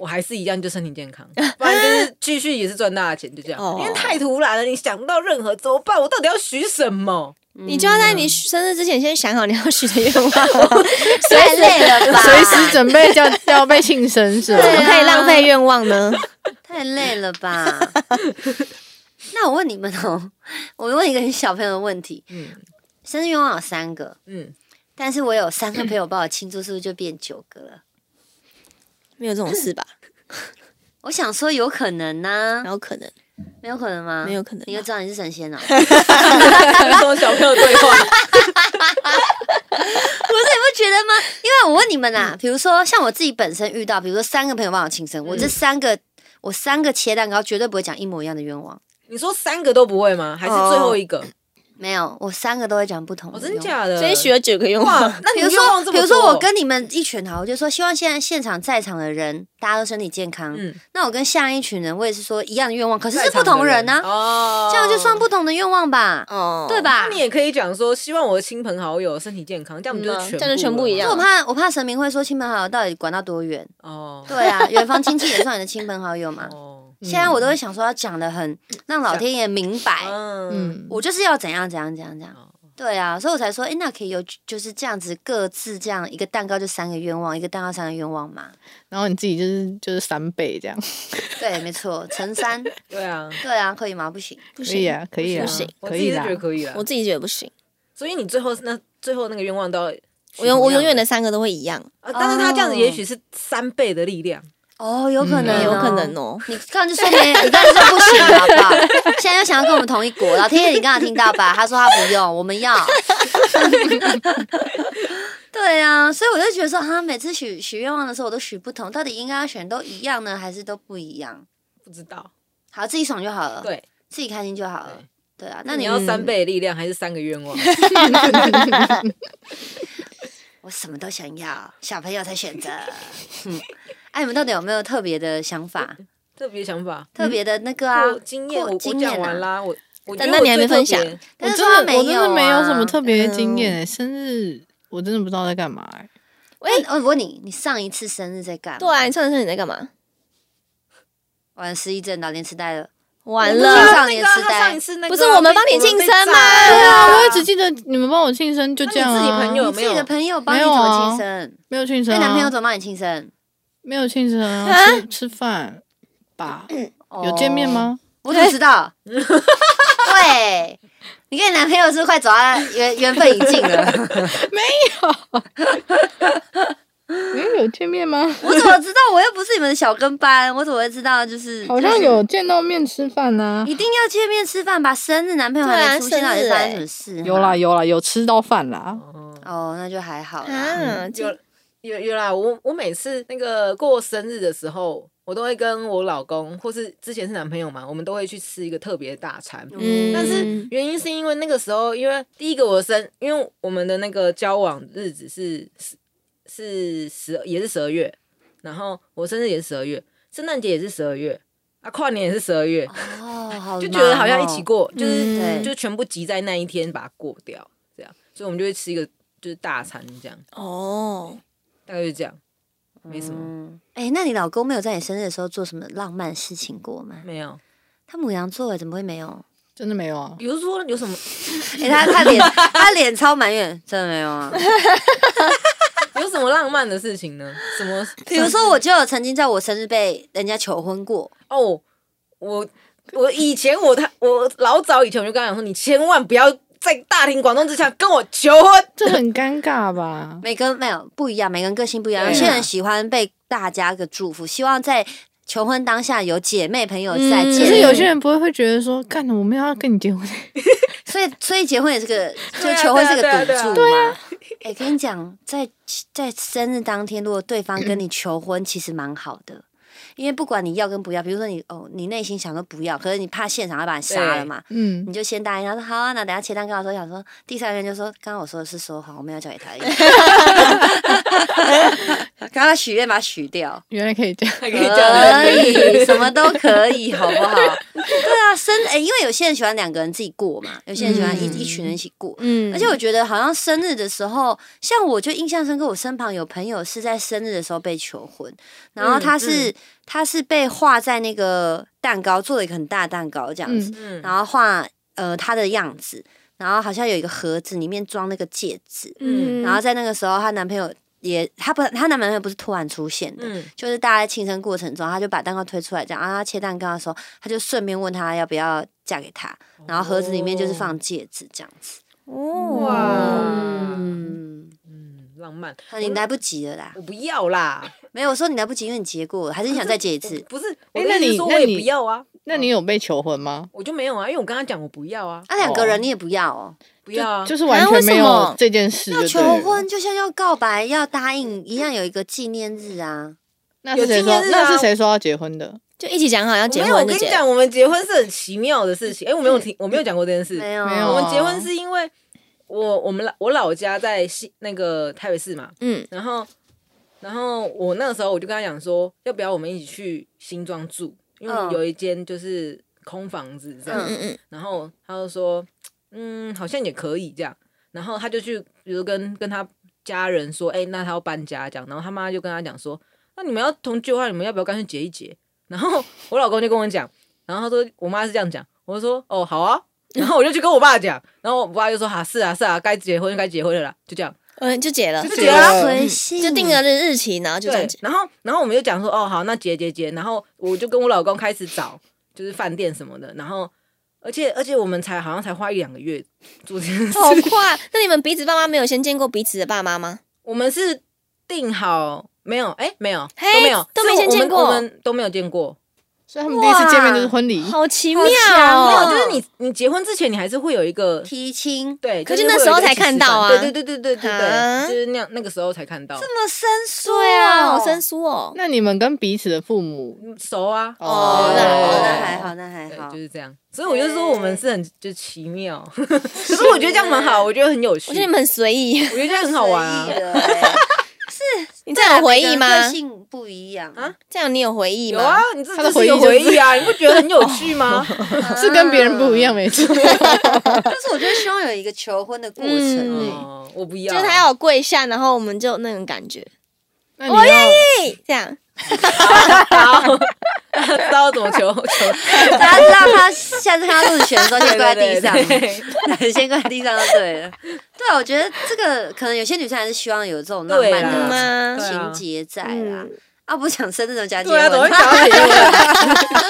[SPEAKER 2] 我还是一样，就身体健康，不然就是继续也是赚大钱，就这样。
[SPEAKER 4] 哦
[SPEAKER 2] 因为太突然了，你想不到任何怎么办？我到底要许什 么？
[SPEAKER 1] 嗯
[SPEAKER 4] 你就要在你生日之前先想好你要许的愿望，啊随
[SPEAKER 1] 太
[SPEAKER 4] 时
[SPEAKER 1] 累了吧？
[SPEAKER 3] 随时准备要要被庆生是
[SPEAKER 1] 啊
[SPEAKER 3] 吧？
[SPEAKER 4] 怎么可以浪费愿望呢？
[SPEAKER 1] 太累了吧？ 那我问你们哦，我问一个小朋友的问题：
[SPEAKER 2] 嗯
[SPEAKER 1] 生日愿望有三个，
[SPEAKER 2] 嗯，
[SPEAKER 1] 但是我有三个朋友帮我庆祝，是不是就变九个了？
[SPEAKER 4] 没有这种事吧？
[SPEAKER 1] 我想说有可能呢、
[SPEAKER 4] 然后可能
[SPEAKER 1] 没有可能吗？
[SPEAKER 4] 没有可能吧
[SPEAKER 1] 嗯
[SPEAKER 4] 啊
[SPEAKER 1] 你就知道你是神仙了、
[SPEAKER 2] 嗯跟这种小朋友对话，
[SPEAKER 1] 不是你不觉得吗？因为我问你们啦、
[SPEAKER 4] 嗯
[SPEAKER 1] 比如说像我自己本身遇到，比如说三个朋友帮我庆生，我这三个我三个切蛋糕绝对不会讲一模一样的愿望，
[SPEAKER 2] 你说三个都不会
[SPEAKER 1] 哦
[SPEAKER 2] 吗？还是最后一个？
[SPEAKER 1] 没有，我三个都会讲不同
[SPEAKER 2] 哦，
[SPEAKER 1] 的愿
[SPEAKER 2] 真
[SPEAKER 1] 望。
[SPEAKER 2] 假的？
[SPEAKER 4] 所以许了九个愿 望，
[SPEAKER 2] 哇，那
[SPEAKER 1] 比
[SPEAKER 2] 你
[SPEAKER 1] 如
[SPEAKER 2] 愿望这
[SPEAKER 1] 说，
[SPEAKER 2] 么
[SPEAKER 1] 比如说
[SPEAKER 2] 多
[SPEAKER 1] 我跟你们一群好，我就说希望现在现场在场的人大家都身体健康。
[SPEAKER 2] 嗯
[SPEAKER 1] 那我跟下一群人，我也是说一样的愿望，可是
[SPEAKER 2] 在
[SPEAKER 1] 是
[SPEAKER 2] 场
[SPEAKER 1] 不
[SPEAKER 2] 的
[SPEAKER 1] 同人呢、
[SPEAKER 2] 哦，嗯
[SPEAKER 1] 这样就算。不同的愿望吧，
[SPEAKER 4] 哦，
[SPEAKER 1] 对？吧
[SPEAKER 2] 那？你也可以讲说，希望我的亲朋好友身体健康，这样不就
[SPEAKER 4] 嗯啊
[SPEAKER 2] 全部
[SPEAKER 4] 这样就全部一
[SPEAKER 1] 因
[SPEAKER 4] 样
[SPEAKER 1] 为我怕我怕神明会说亲朋好友到底管到多远？
[SPEAKER 2] 哦。
[SPEAKER 1] 对啊，远房亲戚也算你的亲朋好友 嘛。
[SPEAKER 2] 哦，
[SPEAKER 3] 嗯
[SPEAKER 1] 现在我都会想说要讲的很让老天爷明白，
[SPEAKER 2] 嗯，
[SPEAKER 3] 嗯，
[SPEAKER 1] 我就是要怎样怎样怎样怎样
[SPEAKER 2] 哦。
[SPEAKER 1] 对啊，所以我才说，哎，那可以有就是这样子各自这样一个蛋糕就三个愿望，一个蛋糕三个愿望嘛。
[SPEAKER 3] 然后你自己就是就是三倍这样，
[SPEAKER 1] 对，没错，乘三。
[SPEAKER 2] 对啊，
[SPEAKER 1] 对啊，可以吗？不行。
[SPEAKER 4] 不
[SPEAKER 3] 可以
[SPEAKER 4] 行，
[SPEAKER 3] 啊，可以啊
[SPEAKER 4] 不行，
[SPEAKER 2] 我
[SPEAKER 3] 可
[SPEAKER 2] 自
[SPEAKER 3] 以
[SPEAKER 2] 己是
[SPEAKER 3] 啦
[SPEAKER 2] 觉。得可以啦啊
[SPEAKER 4] 我。自己觉得不行。
[SPEAKER 2] 所以你最后那最后那个愿望都要许
[SPEAKER 4] 我永我
[SPEAKER 2] 同样
[SPEAKER 4] 永远的，哦三个都会一样，
[SPEAKER 2] 啊但是他这样子也许是三倍的力量，
[SPEAKER 1] 哦，有可
[SPEAKER 3] 嗯
[SPEAKER 1] 能、
[SPEAKER 4] 也
[SPEAKER 1] 哦
[SPEAKER 4] 有可能。哦。
[SPEAKER 1] 你刚刚就说没，你刚刚就说不行，好不好？现在又想要跟我们同一国，老天爷，你刚刚听到吧？他说他不用，我们要。 对啊，所以我就觉得说，哈，每次许许愿望的时候，我都许不同，到底应该要选都一样呢，还是都不一样？
[SPEAKER 2] 不知道。
[SPEAKER 1] 好，自己爽就
[SPEAKER 4] 呃
[SPEAKER 1] 好了，
[SPEAKER 2] 对，
[SPEAKER 1] 自己开心就好了。对啊，那
[SPEAKER 2] 那
[SPEAKER 1] 你
[SPEAKER 2] 你
[SPEAKER 1] 要
[SPEAKER 2] 要
[SPEAKER 4] 嗯
[SPEAKER 2] 三倍的力量还是三个 愿望？
[SPEAKER 1] 我什么都想要，小朋友才选择。嗯，哎、你们到底有没有特别的想法？
[SPEAKER 3] 嗯
[SPEAKER 2] 特别想 法，
[SPEAKER 1] 特别的那个啊，
[SPEAKER 2] 我经验
[SPEAKER 1] 过
[SPEAKER 2] 我我
[SPEAKER 1] 经验啊
[SPEAKER 2] 讲完啦，我我觉
[SPEAKER 4] 但
[SPEAKER 2] 得
[SPEAKER 4] 那
[SPEAKER 2] 我
[SPEAKER 4] 你还
[SPEAKER 2] 最
[SPEAKER 4] 没分
[SPEAKER 2] 特别
[SPEAKER 4] 享
[SPEAKER 1] 但
[SPEAKER 3] 我
[SPEAKER 1] 是
[SPEAKER 3] 真
[SPEAKER 1] 说
[SPEAKER 3] 的
[SPEAKER 1] 他没有啊
[SPEAKER 3] 我真的没有什么特别的经验
[SPEAKER 4] 嗯
[SPEAKER 3] 诶、生日我真的不知道在干嘛诶、
[SPEAKER 1] 喂，哎我问你，你上一次生日在干嘛？
[SPEAKER 4] 哎对啊，你上次你在干嘛？
[SPEAKER 1] 完了失忆症，老年痴呆了。
[SPEAKER 4] 完
[SPEAKER 1] 我不知
[SPEAKER 4] 了
[SPEAKER 1] 道，
[SPEAKER 2] 上一个啊
[SPEAKER 1] 上一次
[SPEAKER 2] 他
[SPEAKER 1] 带
[SPEAKER 2] 上一次那个啊
[SPEAKER 4] 不是我们帮你
[SPEAKER 2] 被
[SPEAKER 4] 庆生
[SPEAKER 2] 被
[SPEAKER 4] 吗
[SPEAKER 3] 对
[SPEAKER 2] 炸
[SPEAKER 3] 啊，我也只记得你们帮我庆生就
[SPEAKER 2] 那
[SPEAKER 3] 这样、
[SPEAKER 2] 你
[SPEAKER 3] 啊、
[SPEAKER 2] 自己朋友
[SPEAKER 1] 你自己的朋友帮你
[SPEAKER 3] 没
[SPEAKER 1] 怎
[SPEAKER 3] 有
[SPEAKER 1] 么
[SPEAKER 3] 啊
[SPEAKER 1] 庆生？
[SPEAKER 3] 没有庆生、
[SPEAKER 1] 那
[SPEAKER 3] 啊，
[SPEAKER 1] 男朋友怎么帮你庆生？
[SPEAKER 3] 没有庆生啊，吃吃饭吧？有见面
[SPEAKER 1] 嗯哦？
[SPEAKER 3] 吗？
[SPEAKER 1] 我怎么知道？对，你跟你男朋友是不是快走到缘缘分已尽了？
[SPEAKER 3] 没嗯有见面吗？
[SPEAKER 1] 我怎么知道？我又不是你们的小跟班，我怎么会知道？就是
[SPEAKER 3] 好像有见到面吃饭啊呢、
[SPEAKER 1] 一定要见面吃饭吧？生日男朋友
[SPEAKER 4] 对啊
[SPEAKER 1] 还没出现，到
[SPEAKER 4] 生日
[SPEAKER 1] 底发生
[SPEAKER 4] 欸
[SPEAKER 1] 什么事？
[SPEAKER 3] 有啦。有啦，有吃到饭啦。
[SPEAKER 2] 哦
[SPEAKER 1] 哦，那就还好啦。
[SPEAKER 4] 啊？这
[SPEAKER 2] 嗯有有有啦，我我每次那个过生日的时候，我都会跟我老公或是之前是男朋友嘛，我们都会去吃一个特别的大餐。
[SPEAKER 4] 嗯
[SPEAKER 2] 但是原因是因为那个时候，因为第一个我的生，因为我们的那个交往日子是是是十也是十二月，然后我生日也是十二月，圣诞节也是十二月，啊跨年也是十二月，
[SPEAKER 1] 哦，好，哦
[SPEAKER 2] 就觉得好像一起。过，
[SPEAKER 4] 哦
[SPEAKER 2] 就是
[SPEAKER 4] 嗯
[SPEAKER 1] 对
[SPEAKER 2] 就全部集在那一天把它过掉，这样，所以我们就会吃一个就是大餐这样，
[SPEAKER 4] 哦，
[SPEAKER 2] 大概就这样，没什么，
[SPEAKER 1] 嗯，哎、那你老公没有在你生日的时候做什么浪漫事情过吗？
[SPEAKER 2] 没有。
[SPEAKER 1] 他母羊座哎，怎么会没 有？
[SPEAKER 3] 真的没有啊？
[SPEAKER 2] 比如说有什么，
[SPEAKER 1] 哎、他他脸他脸超埋怨，真的没有 啊。
[SPEAKER 2] 有什么浪漫的事情呢？什么？
[SPEAKER 1] 比如说，我就有曾经在我生日被人家求婚过，
[SPEAKER 2] 哦，我我以前我他我老早以前我就跟他讲说，你千万不要。在大庭广众之下跟我求婚，
[SPEAKER 3] 这很尴尬 吧？
[SPEAKER 1] 每个人没有不一样，每个人个性不一样。有
[SPEAKER 2] 对
[SPEAKER 1] 些
[SPEAKER 2] 啊
[SPEAKER 1] 人喜欢被大家的祝福，希望在求婚当下有姐妹朋友在。
[SPEAKER 4] 嗯
[SPEAKER 1] 见
[SPEAKER 3] 可
[SPEAKER 1] 面
[SPEAKER 3] 是有些人不会会觉得说，干，我没有要跟你结婚，
[SPEAKER 1] 所以所以结婚也是个，就
[SPEAKER 2] 对啊
[SPEAKER 1] 求婚是个
[SPEAKER 2] 对啊
[SPEAKER 1] 赌
[SPEAKER 2] 对啊
[SPEAKER 1] 注嘛。
[SPEAKER 2] 对
[SPEAKER 1] 哎、跟你讲，在在生日当天，如果对方跟你求婚，其实蛮好的。因为不管你要跟不要，比如说你哦，你内心想说不要，可是你怕现场要把你杀了嘛，
[SPEAKER 3] 嗯，
[SPEAKER 1] 你就先答应他说好啊，那等下切蛋糕的时候想说，第三个人就说，刚刚我说的是说谎，我没有交给他的 意思， 刚刚许愿把它许掉，
[SPEAKER 3] 原来可以这样。
[SPEAKER 2] 还可以这样
[SPEAKER 1] 可以，什么都可以，好不好？对啊， 生哎、因为有些人喜欢两个人自己过嘛，有些人喜欢一、
[SPEAKER 2] 嗯
[SPEAKER 1] 一群人一起过。
[SPEAKER 4] 嗯，
[SPEAKER 1] 而且我觉得好像生日的时候，像我就印象深刻，我身旁有朋友是在生日的时候被求婚，然后他
[SPEAKER 2] 嗯
[SPEAKER 1] 是、他是被画在那个蛋糕做了一个很大的蛋糕这样子，
[SPEAKER 2] 嗯
[SPEAKER 1] 然后画呃他的样子，然后好像有一个盒子里面装那个戒指，
[SPEAKER 2] 嗯
[SPEAKER 1] 然后在那个时候她男朋友也她不她男朋友不是突然出现的，
[SPEAKER 2] 嗯
[SPEAKER 1] 就是大家在庆生过程中，他就把蛋糕推出来，这样啊，他切蛋糕的时候，他就顺便问他要不要嫁给他，然后盒子里面就是放戒指这样子。
[SPEAKER 2] 哇
[SPEAKER 1] 嗯，
[SPEAKER 2] 嗯，浪漫，
[SPEAKER 1] 那你来不及了啦。
[SPEAKER 2] 我不要啦，
[SPEAKER 1] 没有，我说你来不及，因为你结过了，还是你想再结一次？
[SPEAKER 2] 不是，我
[SPEAKER 3] 哎
[SPEAKER 2] 的
[SPEAKER 3] 那
[SPEAKER 2] 意思
[SPEAKER 3] 你
[SPEAKER 2] 说
[SPEAKER 3] 那
[SPEAKER 2] 我也
[SPEAKER 3] 你
[SPEAKER 2] 不要啊，
[SPEAKER 3] 那你有被求婚吗？
[SPEAKER 2] 我就没有啊，因为我跟他讲我不要啊，
[SPEAKER 1] 啊，两个人你也不要哦。
[SPEAKER 2] 不要啊，
[SPEAKER 3] 就是完全没
[SPEAKER 4] 啊为什
[SPEAKER 3] 有
[SPEAKER 4] 么
[SPEAKER 3] 这件事。
[SPEAKER 1] 要求，婚就像要告白，要答应一样，有一个纪念日啊。
[SPEAKER 3] 那是谁
[SPEAKER 2] 有纪念
[SPEAKER 3] 说？
[SPEAKER 2] 日啊
[SPEAKER 3] 那是谁说要结婚的？
[SPEAKER 4] 就一起讲好要结
[SPEAKER 2] 没有，我
[SPEAKER 4] 婚就
[SPEAKER 2] 跟你
[SPEAKER 4] 结。
[SPEAKER 2] 讲，我们结婚是很奇妙的事情。哎、我没有听，我没有啊讲过这件事。
[SPEAKER 1] 没有，
[SPEAKER 3] 没有
[SPEAKER 2] 我们结
[SPEAKER 4] 哦
[SPEAKER 2] 婚是因为我我们老我老家在西那个台北市嘛，
[SPEAKER 4] 嗯，
[SPEAKER 2] 然后然后我那个时候我就跟他讲说，要不要我们一起去新庄住，因为
[SPEAKER 1] 嗯
[SPEAKER 2] 有一间就是空房子这样。
[SPEAKER 1] 嗯
[SPEAKER 4] 嗯嗯
[SPEAKER 2] 然后他就说，嗯，好像也可以这样。然后他就去，比如跟跟他家人说，哎、那他要搬家这样。然后他妈就跟他讲说，那你们要同居的话，你们要不要干脆结一结？然后我老公就跟我讲，然后他说我妈是这样讲，我就说哦好啊。然后我就去跟我爸讲，然后我爸就说哈、啊、是啊是啊，该结婚就该结婚了啦，就这样。
[SPEAKER 4] 嗯，就结了，
[SPEAKER 2] 就结了
[SPEAKER 1] 随性，
[SPEAKER 4] 嗯就定了日日期，然后就这
[SPEAKER 2] 对
[SPEAKER 4] 样结，。
[SPEAKER 2] 然后然后我们就讲说，哦，好，那结结结。然后我就跟我老公开始找，就是饭店什么的。然后，而且而且我们才好像才花一两个月做这件事。
[SPEAKER 4] 好哦快！那你们彼此爸妈没有先见过彼此的爸妈吗？
[SPEAKER 2] 我们是定好没有？哎、没有，
[SPEAKER 4] 嘿
[SPEAKER 2] 都没有，
[SPEAKER 4] 都没
[SPEAKER 2] 是我
[SPEAKER 4] 先见过
[SPEAKER 2] 我们我们都没有见过。
[SPEAKER 3] 所以他们第一次见面就是婚礼。
[SPEAKER 4] 好奇妙
[SPEAKER 1] 好
[SPEAKER 2] 没有，
[SPEAKER 1] 强
[SPEAKER 4] 哦！
[SPEAKER 2] 就是你你结婚之前，你还是会有一个
[SPEAKER 1] 提亲，
[SPEAKER 2] 对，
[SPEAKER 4] 可是
[SPEAKER 2] 就
[SPEAKER 4] 那
[SPEAKER 2] 会有
[SPEAKER 4] 时候
[SPEAKER 2] 一个
[SPEAKER 4] 才
[SPEAKER 2] 起始
[SPEAKER 4] 看
[SPEAKER 2] 版
[SPEAKER 4] 到啊
[SPEAKER 2] 对对对对对对
[SPEAKER 4] 啊
[SPEAKER 2] 对，就是那样那个时候才看到，
[SPEAKER 1] 这么生疏哦，
[SPEAKER 4] 对啊，好生疏哦。
[SPEAKER 3] 那你们跟彼此的父母
[SPEAKER 2] 嗯熟啊。
[SPEAKER 1] 哦，那
[SPEAKER 2] 哦
[SPEAKER 1] 那还好，那还
[SPEAKER 2] 对，
[SPEAKER 1] 好
[SPEAKER 2] 就。是这样，所以我就说我们是很就奇 妙，可是我觉得这样蛮好，我觉得很有趣，
[SPEAKER 4] 我觉得你们很随意，
[SPEAKER 2] 我觉得这样很好玩啊
[SPEAKER 1] 随意。了欸
[SPEAKER 4] 你这样有回忆吗
[SPEAKER 1] 每？个人个性不一样啊
[SPEAKER 2] 啊，
[SPEAKER 4] 这样你有回忆
[SPEAKER 2] 有啊
[SPEAKER 4] 吗？，
[SPEAKER 2] 你这
[SPEAKER 3] 他的
[SPEAKER 2] 就是有
[SPEAKER 3] 回
[SPEAKER 2] 回
[SPEAKER 3] 忆就是
[SPEAKER 2] 忆啊，你不觉得很有趣吗？
[SPEAKER 3] 哦是跟别人不一样，没错。
[SPEAKER 1] 嗯 但是我觉得希望有一个求婚的过程
[SPEAKER 4] 嗯
[SPEAKER 1] 欸。
[SPEAKER 2] 哦，我不
[SPEAKER 4] 就
[SPEAKER 2] 要，
[SPEAKER 4] 是 他要跪下，然后我们就那种感觉，
[SPEAKER 2] 啊
[SPEAKER 3] 那你要
[SPEAKER 4] 嘿，这样
[SPEAKER 2] 好，知道怎么求求
[SPEAKER 1] 大家知道他下次看到陆子璇的时 候，先跪在地上，
[SPEAKER 2] 对 对
[SPEAKER 1] 对，先跪在地上就对了。对啊，我觉得这个可能有些女生还是希望有这种浪
[SPEAKER 2] 对
[SPEAKER 1] 漫
[SPEAKER 2] 啦
[SPEAKER 4] 嗯
[SPEAKER 1] 的
[SPEAKER 4] 吗？
[SPEAKER 2] 对
[SPEAKER 1] 情
[SPEAKER 2] 啊
[SPEAKER 1] 节在啦
[SPEAKER 4] 嗯。
[SPEAKER 1] 啊，不想生这种假结
[SPEAKER 2] 对啊，怎么
[SPEAKER 1] 婚
[SPEAKER 2] 会，想到结婚？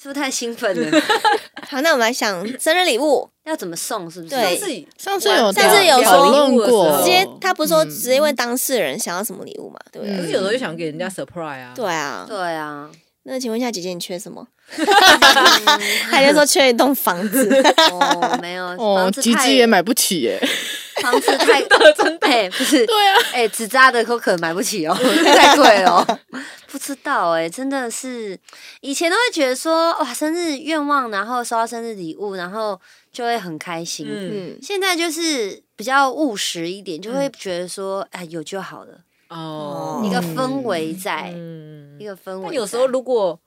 [SPEAKER 1] 是不是太兴奋了？
[SPEAKER 4] 好，那我们来想生日礼物，
[SPEAKER 1] 要怎么送？是不是？
[SPEAKER 4] 对
[SPEAKER 2] 自己
[SPEAKER 3] 上次有
[SPEAKER 4] 上次有说
[SPEAKER 3] 讨论过，
[SPEAKER 2] 哦
[SPEAKER 4] 直接他不是说
[SPEAKER 3] 嗯
[SPEAKER 4] 直接问当事人想要什么礼物嘛，对不
[SPEAKER 2] 可
[SPEAKER 4] 对？
[SPEAKER 2] 是有时候就想给人家 surprise 啊。
[SPEAKER 4] 对啊，
[SPEAKER 1] 对啊，
[SPEAKER 4] 那请问一下姐姐，你缺什么？他就说缺一栋房子，
[SPEAKER 1] 哦，没有，
[SPEAKER 3] 哦
[SPEAKER 1] 房，子
[SPEAKER 3] 极
[SPEAKER 1] 太
[SPEAKER 3] 致
[SPEAKER 2] 啊
[SPEAKER 3] 也买不起耶。
[SPEAKER 1] 房子太真的，哎，不是，
[SPEAKER 3] 对啊，
[SPEAKER 1] 哎、纸扎的可可能买不起哦， 太贵了 哦。不知道哎、真的是以前都会觉得说哇，生日愿望，然后收到生日礼物，然后就会很开心。
[SPEAKER 2] 嗯，
[SPEAKER 4] 嗯，
[SPEAKER 1] 现在就是比较务实一点，就会觉得说，哎、有就好了，
[SPEAKER 2] 哦，
[SPEAKER 1] 一
[SPEAKER 4] 你
[SPEAKER 1] 个
[SPEAKER 3] 嗯
[SPEAKER 1] 氛围在，
[SPEAKER 2] 嗯
[SPEAKER 1] 一，个氛围
[SPEAKER 2] 但
[SPEAKER 1] 在。
[SPEAKER 2] 有时候如果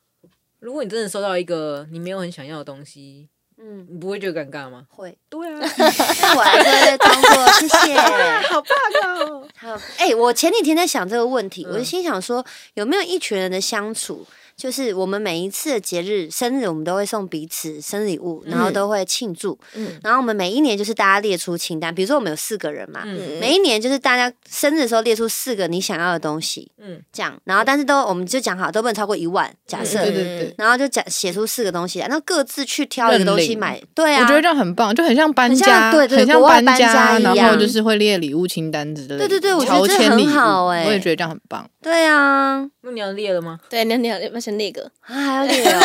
[SPEAKER 2] 如果你真的收到一个你没有很想要的东西，
[SPEAKER 1] 嗯
[SPEAKER 2] 你不会觉得尴尬吗？
[SPEAKER 1] 会，
[SPEAKER 2] 对 啊，
[SPEAKER 1] 但我还是会装作谢谢。
[SPEAKER 2] 好棒哦！
[SPEAKER 1] 好，哎、我前几天在想这个问题，我就
[SPEAKER 2] 嗯
[SPEAKER 1] 心想说，有没有一群人的相处，就是我们每一次的节日、生日，我们都会送彼此生日礼物，然后都会庆祝。
[SPEAKER 2] 嗯
[SPEAKER 1] 然后我们每一年就是大家列出清单，比如说我们有四个人嘛，
[SPEAKER 2] 嗯
[SPEAKER 1] 每一年就是大家生日的时候列出四个你想要的东西，
[SPEAKER 2] 嗯，嗯
[SPEAKER 1] 这样。然后但是都我们就讲好，都不能超过一万，假设。
[SPEAKER 3] 嗯
[SPEAKER 1] 嗯
[SPEAKER 3] 对对对
[SPEAKER 1] 然后就讲写出四个东西来，那各自去挑一个东西
[SPEAKER 3] 认领
[SPEAKER 1] 买。对啊，
[SPEAKER 3] 我觉得这样很棒，就很像搬
[SPEAKER 1] 很像
[SPEAKER 3] 家，
[SPEAKER 1] 对对
[SPEAKER 3] 很像
[SPEAKER 1] 国外
[SPEAKER 3] 搬
[SPEAKER 1] 搬家一
[SPEAKER 3] 然后
[SPEAKER 1] 样
[SPEAKER 3] 就是会列礼物清单之类的。
[SPEAKER 1] 对对对我觉得
[SPEAKER 3] 乔
[SPEAKER 1] 这
[SPEAKER 3] 迁
[SPEAKER 1] 很
[SPEAKER 3] 礼物
[SPEAKER 1] 好欸
[SPEAKER 3] 我也觉得这样很 棒。
[SPEAKER 1] 对啊，
[SPEAKER 2] 那你要列了吗？
[SPEAKER 4] 对，那你要要不要先列个？
[SPEAKER 1] 啊还要列 哦，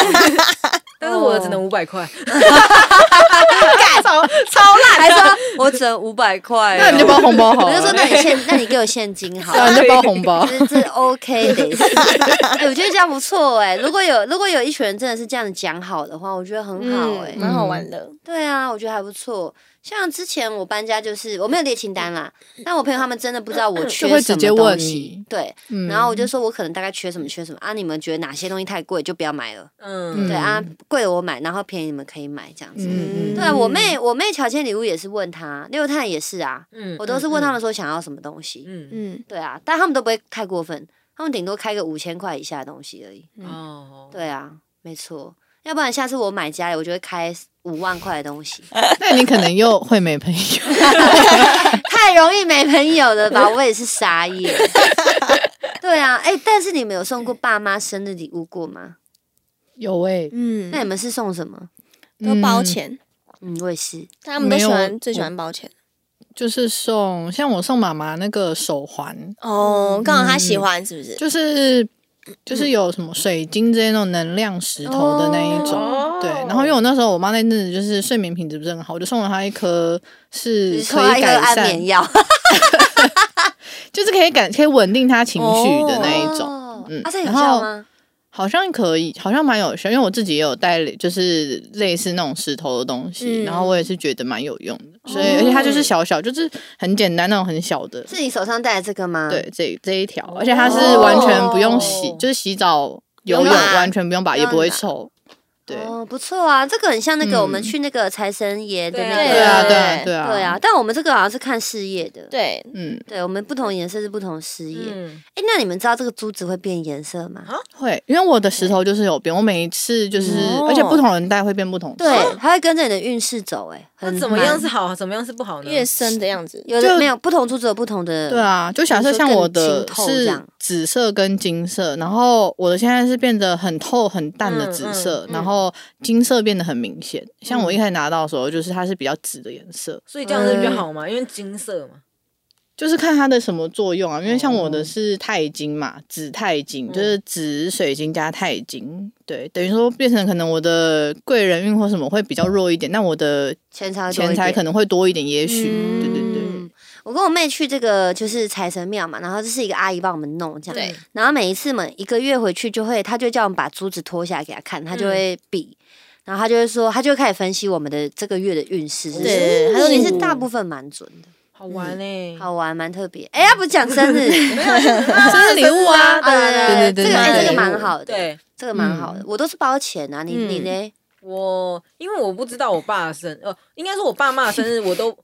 [SPEAKER 2] 但是我的只能五百块，
[SPEAKER 1] 还说我只能五百块哦，
[SPEAKER 3] 那你就包红包好
[SPEAKER 1] 我
[SPEAKER 3] 了，
[SPEAKER 1] 就说 那你现，那你给我现金好
[SPEAKER 3] 对啊，
[SPEAKER 1] 了
[SPEAKER 3] 你。就包红 包。
[SPEAKER 1] 这这 OK 的， 哎，我觉得这样不错哎。如果有如果有一群人真的是这样讲好的话，我觉得很好哎。
[SPEAKER 4] 嗯
[SPEAKER 3] 嗯
[SPEAKER 4] 蛮好玩的。
[SPEAKER 1] 对啊，我觉得还不错。像之前我搬家就是我没有列清单啦，但我朋友他们真的不知道我缺
[SPEAKER 3] 嗯就会直
[SPEAKER 1] 什么
[SPEAKER 3] 接问
[SPEAKER 1] 东西
[SPEAKER 3] 你。
[SPEAKER 1] 对，
[SPEAKER 3] 嗯
[SPEAKER 1] 然后我就说我可能大概缺什么缺什么啊，你们觉得哪些东西太贵就不要买了。
[SPEAKER 2] 嗯，
[SPEAKER 1] 对
[SPEAKER 3] 嗯
[SPEAKER 1] 啊，贵的我买，然后便宜你们可以买这样子。
[SPEAKER 3] 嗯嗯
[SPEAKER 1] 对啊，我妹我妹乔迁礼物也是问她，六探也是啊，
[SPEAKER 2] 嗯
[SPEAKER 1] 我都是问他们，说想要什么东西。
[SPEAKER 2] 嗯
[SPEAKER 4] 嗯，
[SPEAKER 1] 对啊，但他们都不会太过分，他们顶多开个五千块以下的东西而已。
[SPEAKER 2] 嗯哦，
[SPEAKER 1] 对啊，没错。要不然下次我买家里，我就会开五万块的东 西，
[SPEAKER 3] 那你可能又会没朋友，
[SPEAKER 1] 太容易没朋友了吧？我也是傻眼。 对啊，哎、但是你们有
[SPEAKER 3] 嗯
[SPEAKER 1] 送过爸妈生日礼物过吗？
[SPEAKER 3] 有哎，
[SPEAKER 4] 嗯
[SPEAKER 1] 那，你们是送什么？
[SPEAKER 4] 都包
[SPEAKER 3] 嗯
[SPEAKER 4] 钱，
[SPEAKER 1] 嗯，我也是。
[SPEAKER 4] 他们都喜
[SPEAKER 3] 没有
[SPEAKER 4] 欢最喜
[SPEAKER 3] 我
[SPEAKER 4] 欢包钱。
[SPEAKER 3] 就是送，像我送妈妈那个手环，
[SPEAKER 4] 哦，刚好他喜欢是不是？
[SPEAKER 3] 就是就是有什么水晶之类那种能量石头的那一种。
[SPEAKER 2] 哦
[SPEAKER 3] 对，然后因为我那时候我妈那阵子就是睡眠品质不是很好，我就送了她一颗是
[SPEAKER 1] 你
[SPEAKER 3] 可
[SPEAKER 1] 送她
[SPEAKER 3] 以
[SPEAKER 1] 一个
[SPEAKER 3] 改
[SPEAKER 1] 安
[SPEAKER 3] 善，
[SPEAKER 1] 眠药
[SPEAKER 3] 就是可以改可以稳定她情绪的那一种。
[SPEAKER 1] 哦
[SPEAKER 3] 嗯
[SPEAKER 1] 啊，这有
[SPEAKER 3] 然
[SPEAKER 1] 效
[SPEAKER 3] 后
[SPEAKER 1] 吗？
[SPEAKER 3] 好像可以，好像蛮有效，因为我自己也有带类，就是类似那种石头的东西，
[SPEAKER 4] 嗯
[SPEAKER 3] 然后我也是觉得蛮有用的，所以、而且它就是小小，就是很简单那种很小的，
[SPEAKER 1] 哦是你手上戴的这个吗？
[SPEAKER 3] 对，这这一条，而且它是完全不用洗，
[SPEAKER 2] 哦
[SPEAKER 3] 就是洗澡游
[SPEAKER 1] 不
[SPEAKER 3] 泳
[SPEAKER 1] 用拿
[SPEAKER 3] 完全不用把，
[SPEAKER 1] 不
[SPEAKER 3] 也
[SPEAKER 1] 用
[SPEAKER 3] 不会
[SPEAKER 1] 拿
[SPEAKER 3] 臭，对。
[SPEAKER 1] 哦，不错啊，这个很像那个
[SPEAKER 3] 嗯
[SPEAKER 1] 我们去那个财神爷的那个，
[SPEAKER 2] 对
[SPEAKER 3] 啊，
[SPEAKER 4] 对
[SPEAKER 3] 对啊，
[SPEAKER 4] 对
[SPEAKER 3] 啊，
[SPEAKER 1] 对
[SPEAKER 3] 对，
[SPEAKER 1] 啊，但我们这个好像是看事业的，
[SPEAKER 4] 对，
[SPEAKER 3] 嗯，
[SPEAKER 1] 对，我们不同颜色是不同事业。哎、
[SPEAKER 2] 嗯，
[SPEAKER 1] 那你们知道这个珠子会变颜色吗？
[SPEAKER 3] 会，因为我的石头就是有变，我每一次就是，
[SPEAKER 4] 哦
[SPEAKER 3] 而且不同人戴会变不同色，
[SPEAKER 1] 对，哦它会跟着你的运势走、哎，
[SPEAKER 2] 那
[SPEAKER 1] 很
[SPEAKER 2] 怎么样
[SPEAKER 1] 慢
[SPEAKER 2] 是好，怎么样是不好呢？
[SPEAKER 4] 越深的样子。
[SPEAKER 1] 有
[SPEAKER 3] 就
[SPEAKER 1] 的没有不同珠子有不同的，
[SPEAKER 3] 对啊，就假设像我的
[SPEAKER 1] 比如说更清透这
[SPEAKER 3] 是
[SPEAKER 1] 样
[SPEAKER 3] 紫色跟金色，然后我的现在是变得很透很淡的紫色，
[SPEAKER 2] 嗯嗯
[SPEAKER 3] 然后金色变得很明显。像
[SPEAKER 1] 嗯
[SPEAKER 3] 我一开始拿到的时候，就是它是比较紫的颜色，
[SPEAKER 2] 所以这样子比较好嘛，因为金色嘛，
[SPEAKER 3] 就是看它的什么作用啊。因为像我的
[SPEAKER 1] 哦
[SPEAKER 3] 是钛金嘛，紫钛金
[SPEAKER 1] 嗯
[SPEAKER 3] 就是紫水晶加钛金，对，等于说变成可能我的贵人运或什么会比较弱一点，那我的
[SPEAKER 1] 钱财会多一
[SPEAKER 3] 钱财
[SPEAKER 1] 点
[SPEAKER 3] 可能会多一点，也许，
[SPEAKER 4] 嗯
[SPEAKER 3] 对对对。
[SPEAKER 1] 嗯，我跟我妹去这个就是财神庙嘛，然后这是一个阿姨帮我们弄这样，
[SPEAKER 4] 对，
[SPEAKER 1] 然后每一次嘛一个月回去就会，她就叫我们把珠子脱下来给她看，她就会比。然后她就会说，她就会开始分析我们的这个月的运势是什么。
[SPEAKER 4] 对
[SPEAKER 1] 她说你是
[SPEAKER 4] 哦
[SPEAKER 1] 大部分蛮准的，
[SPEAKER 2] 好玩欸呢。
[SPEAKER 1] 好 玩，蛮特别。哎，要不讲生日，
[SPEAKER 3] 生日礼物啊
[SPEAKER 1] 啊对对对，
[SPEAKER 3] 对对对
[SPEAKER 1] 这个哎
[SPEAKER 3] 对
[SPEAKER 1] 这个蛮好的，，
[SPEAKER 2] 对
[SPEAKER 1] 这个蛮好的。我都是包钱啊，你
[SPEAKER 4] 嗯
[SPEAKER 1] 你呢？
[SPEAKER 2] 我，因为我不知道我爸的生，呃，应该说我爸妈的生日，我都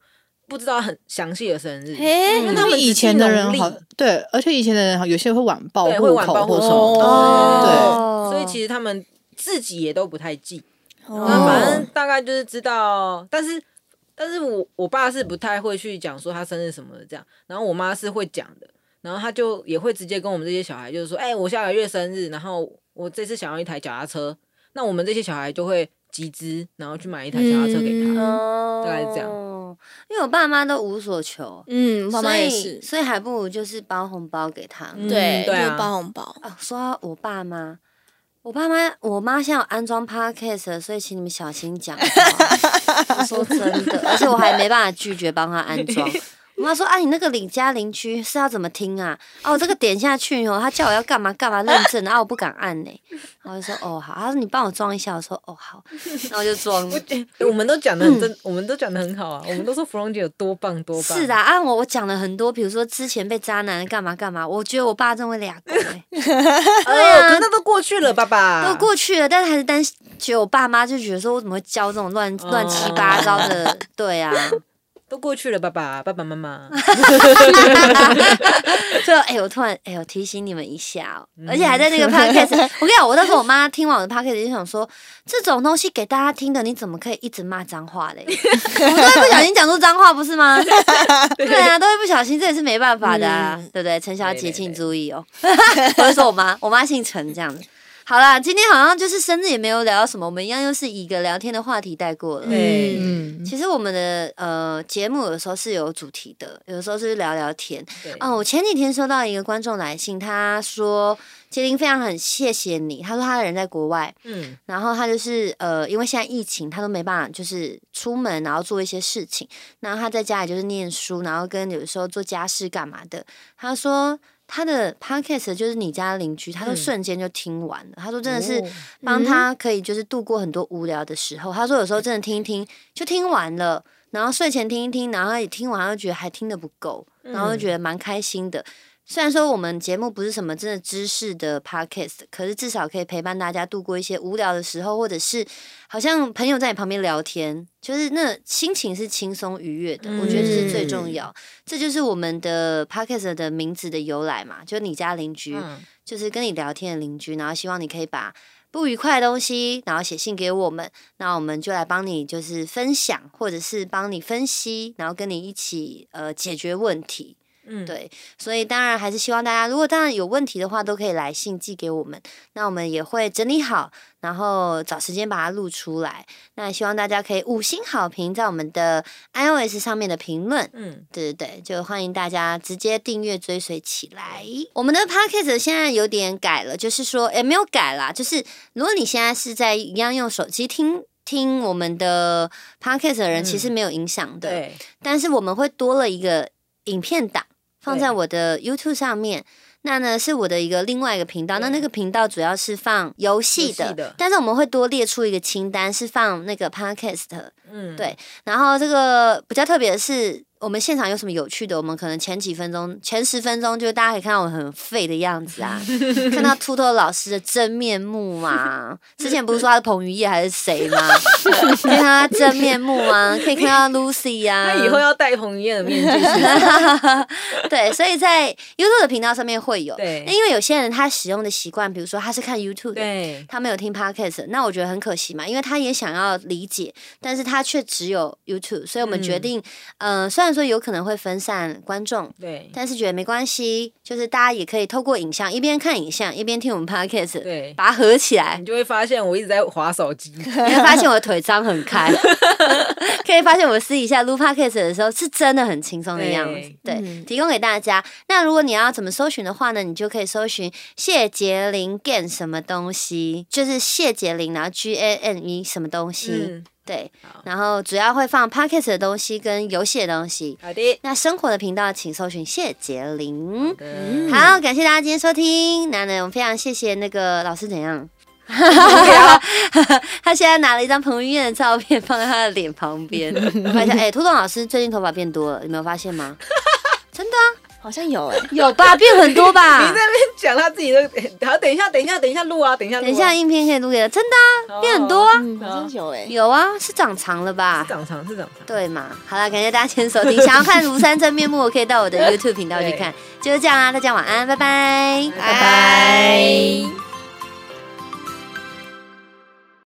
[SPEAKER 2] 不知道很详细的生日。
[SPEAKER 4] 哎，
[SPEAKER 2] 因为
[SPEAKER 3] 因
[SPEAKER 2] 他
[SPEAKER 3] 为
[SPEAKER 2] 们
[SPEAKER 3] 以
[SPEAKER 2] 只
[SPEAKER 3] 前
[SPEAKER 2] 记
[SPEAKER 3] 的
[SPEAKER 2] 农
[SPEAKER 3] 人好
[SPEAKER 2] 历
[SPEAKER 3] 对，而且以前的人好有些会晚报
[SPEAKER 2] 对会
[SPEAKER 3] 户
[SPEAKER 2] 晚
[SPEAKER 3] 口
[SPEAKER 2] 报
[SPEAKER 3] 或
[SPEAKER 2] 户
[SPEAKER 3] 什
[SPEAKER 2] 口
[SPEAKER 3] 么的，
[SPEAKER 1] 哦
[SPEAKER 2] 所以其实他们自己也都不太记，那
[SPEAKER 4] 哦
[SPEAKER 2] 反正大概就是知道，但是但是我我爸是不太会去讲说他生日什么的这样，然后我妈是会讲的，然后他就也会直接跟我们这些小孩就是说，哎、我下个月生日，然后我这次想要一台脚踏车，那我们这些小孩就会集资，然后去买一台脚踏车给他。
[SPEAKER 4] 嗯
[SPEAKER 1] 哦
[SPEAKER 2] 大概是这样。
[SPEAKER 1] 因为我爸妈都无所求，
[SPEAKER 4] 嗯，我爸妈也
[SPEAKER 1] 所以
[SPEAKER 4] 是，
[SPEAKER 1] 所以还不如就是包红包给他。
[SPEAKER 2] 嗯
[SPEAKER 4] 对，就
[SPEAKER 2] 对
[SPEAKER 4] 是
[SPEAKER 2] 啊
[SPEAKER 4] 包红包。
[SPEAKER 1] 啊，说到我爸妈，我爸妈，我妈现在有安装 podcast，了所以请你们小心讲话。 我说真的，而且我还没办法拒绝帮他安装。我妈说：“啊，你那个邻家邻居是要怎么听啊？哦，我这个点下去哦，他叫我要干嘛干嘛认证，啊，我不敢按呢、然后我就说：哦好。他说你帮我装一下，我说哦 好，然后我就装了。
[SPEAKER 2] 欸我们都讲的
[SPEAKER 1] 嗯
[SPEAKER 2] 很真，我们都讲的很好啊，我们都说芙蓉姐有多棒多棒。
[SPEAKER 1] 是啊的，，按、我我讲了很多，比如说之前被渣男干嘛干嘛，我觉得我爸真会俩狗、欸，
[SPEAKER 2] 哎呀，可是那都过去了，爸爸。
[SPEAKER 1] 啊都过去了，但是还是担心，觉得我爸妈就觉得说我怎么会教这种乱
[SPEAKER 2] 哦
[SPEAKER 1] 乱七八糟的，对啊，
[SPEAKER 2] 都过去了，爸爸、爸爸 妈妈，
[SPEAKER 1] 所以，哎、我突然，哎、我提醒你们一下哦，而且还在
[SPEAKER 2] 嗯
[SPEAKER 1] 那个 podcast，我跟你讲，我那时候我妈听完我的 podcast 就想说，这种东西给大家听的，你怎么可以一直骂脏话嘞？ 我们都会不小心讲出脏话，不是吗？ 对啊，都会不小心，这也是没办法的啊，对不对？陈小姐，
[SPEAKER 2] 嗯对对
[SPEAKER 1] 请
[SPEAKER 2] 对
[SPEAKER 1] 注意哦。 我就说我妈，我妈姓陈，这样子。好啦，今天好像就是生日也没有聊到什么，我们一样又是以一个聊天的话题带过了。
[SPEAKER 2] 对
[SPEAKER 3] 嗯，
[SPEAKER 1] 其实我们的呃节目有时候是有主题的，有时候是聊聊天。
[SPEAKER 2] 对，
[SPEAKER 1] 哦，我前几天收到一个观众来信，他说杰林非常很谢谢你，他说他的人在国外，
[SPEAKER 2] 嗯，
[SPEAKER 1] 然后他就是呃，因为现在疫情，他都没办法就是出门，然后做一些事情，然后他在家里就是念书，然后跟有时候做家事干嘛的。他说他的 podcast 就是你家邻居，他都
[SPEAKER 2] 嗯
[SPEAKER 1] 瞬间就听完了，他说真的是。
[SPEAKER 2] 哦
[SPEAKER 1] 帮他可以就是度过很多无聊的时候。他说有时候真的听一听就听完了，然后睡前听一听，然后也听完，他就觉得还听的不够，
[SPEAKER 2] 嗯
[SPEAKER 1] 然后就觉得蛮开心的。虽然说我们节目不是什么真的知识的 podcast，可是至少可以陪伴大家度过一些无聊的时候，或者是好像朋友在你旁边聊天，就是那心情是轻松愉悦的。我觉得这是最重要，这就是我们的 podcast 的名字的由来嘛，就你家邻居。
[SPEAKER 2] 嗯
[SPEAKER 1] 就是跟你聊天的邻居，然后希望你可以把不愉快的东西，然后写信给我们，那我们就来帮你就是分享，或者是帮你分析，然后跟你一起呃解决问题。
[SPEAKER 2] 嗯，
[SPEAKER 1] 对，所以当然还是希望大家，如果当然有问题的话，都可以来信寄给我们，那我们也会整理好，然后找时间把它录出来。那希望大家可以五星好评在我们的 iOS 上面的评论。
[SPEAKER 2] 嗯，
[SPEAKER 1] 对对对，就欢迎大家直接订阅追随起来。我们的 podcast 现在有点改了，就是说也没有改啦，就是如果你现在是在一样用手机听。听我们的 podcast 的人
[SPEAKER 2] 嗯
[SPEAKER 1] 其实没有影响的，
[SPEAKER 2] 对，
[SPEAKER 1] 但是我们会多了一个影片档放在
[SPEAKER 2] 对
[SPEAKER 1] 我的 YouTube 上面。那呢是我的一个另外一个频道，那
[SPEAKER 2] 对
[SPEAKER 1] 那个频道主要是放游戏的，
[SPEAKER 2] 游戏的
[SPEAKER 1] 但是我们会多列出一个清单，是放那个 podcast。
[SPEAKER 2] 嗯，
[SPEAKER 1] 对然后这个比较特别的是，我们现场有什么有趣的，我们可能前几分钟、前十分钟就大家可以看到我很废的样子 啊，看到秃头老师的真面目嘛。之前不是说他是彭于晏还是谁吗？ 可以看到他真面目啊，可以看到 Lucy 啊呀、
[SPEAKER 2] 他以后要戴彭于晏的面具
[SPEAKER 1] 嗯
[SPEAKER 2] 是不 是，
[SPEAKER 1] 对，所以在 YouTube 的频道上面会有。
[SPEAKER 2] 对
[SPEAKER 1] 那因为有些人他使用的习惯，比如说他是看 YouTube 的。
[SPEAKER 2] 对，
[SPEAKER 1] 他没有听 podcast，那我觉得很可惜嘛，因为他也想要理解，但是他却只有 YouTube，所以我们决
[SPEAKER 2] 嗯
[SPEAKER 1] 定，呃，虽然说有可能会分散观众，
[SPEAKER 2] 对，
[SPEAKER 1] 但是觉得没关系，就是大家也可以透过影像一边看影像一边听我们 podcast，
[SPEAKER 2] 对，
[SPEAKER 1] 把它合起来
[SPEAKER 2] 你，就会发现我一直在划手机，
[SPEAKER 1] 你会发现我的腿张很开， 可以发现我私底下录 podcast 的时候是真的很轻松的样子。对，
[SPEAKER 4] 嗯
[SPEAKER 1] 提供给大家。那如果你要怎么搜寻的话呢，你就可以搜寻谢杰林 gan 什么东西，就是谢杰林，然后 G A N E 什么东西。
[SPEAKER 2] 嗯，
[SPEAKER 1] 对
[SPEAKER 2] 好，
[SPEAKER 1] 然后主要会放 podcast 的东西跟游戏的东西。
[SPEAKER 2] 好的，
[SPEAKER 1] 那生活的频道，请搜寻谢杰林。
[SPEAKER 2] 嗯，
[SPEAKER 1] 好，感谢大家今天收听。那呢，我们非常谢谢那个老师怎样。 他现在拿了一张彭于晏的照片放在他的脸旁边，我发现哎，涂、欸、老师最近头发变多了，你没有发现 吗？真的啊、
[SPEAKER 4] 好像有哎，
[SPEAKER 1] 有吧，变很多吧
[SPEAKER 2] 你在。那边讲他自己的，好，等一下，等一下，等一下录啊，等一下，
[SPEAKER 1] 等一下，影片可以录给他，真的、啊、变很多啊，
[SPEAKER 4] 嗯，好像有哎，
[SPEAKER 1] 有啊，是长长了吧？
[SPEAKER 2] 长长是长长，
[SPEAKER 1] 对嘛？好了，感谢大家今天 收听。想要看庐山真面目，我可以 啊到我的 YouTube 频道去看。就是这样啦，大家晚安，拜拜。
[SPEAKER 4] 拜拜。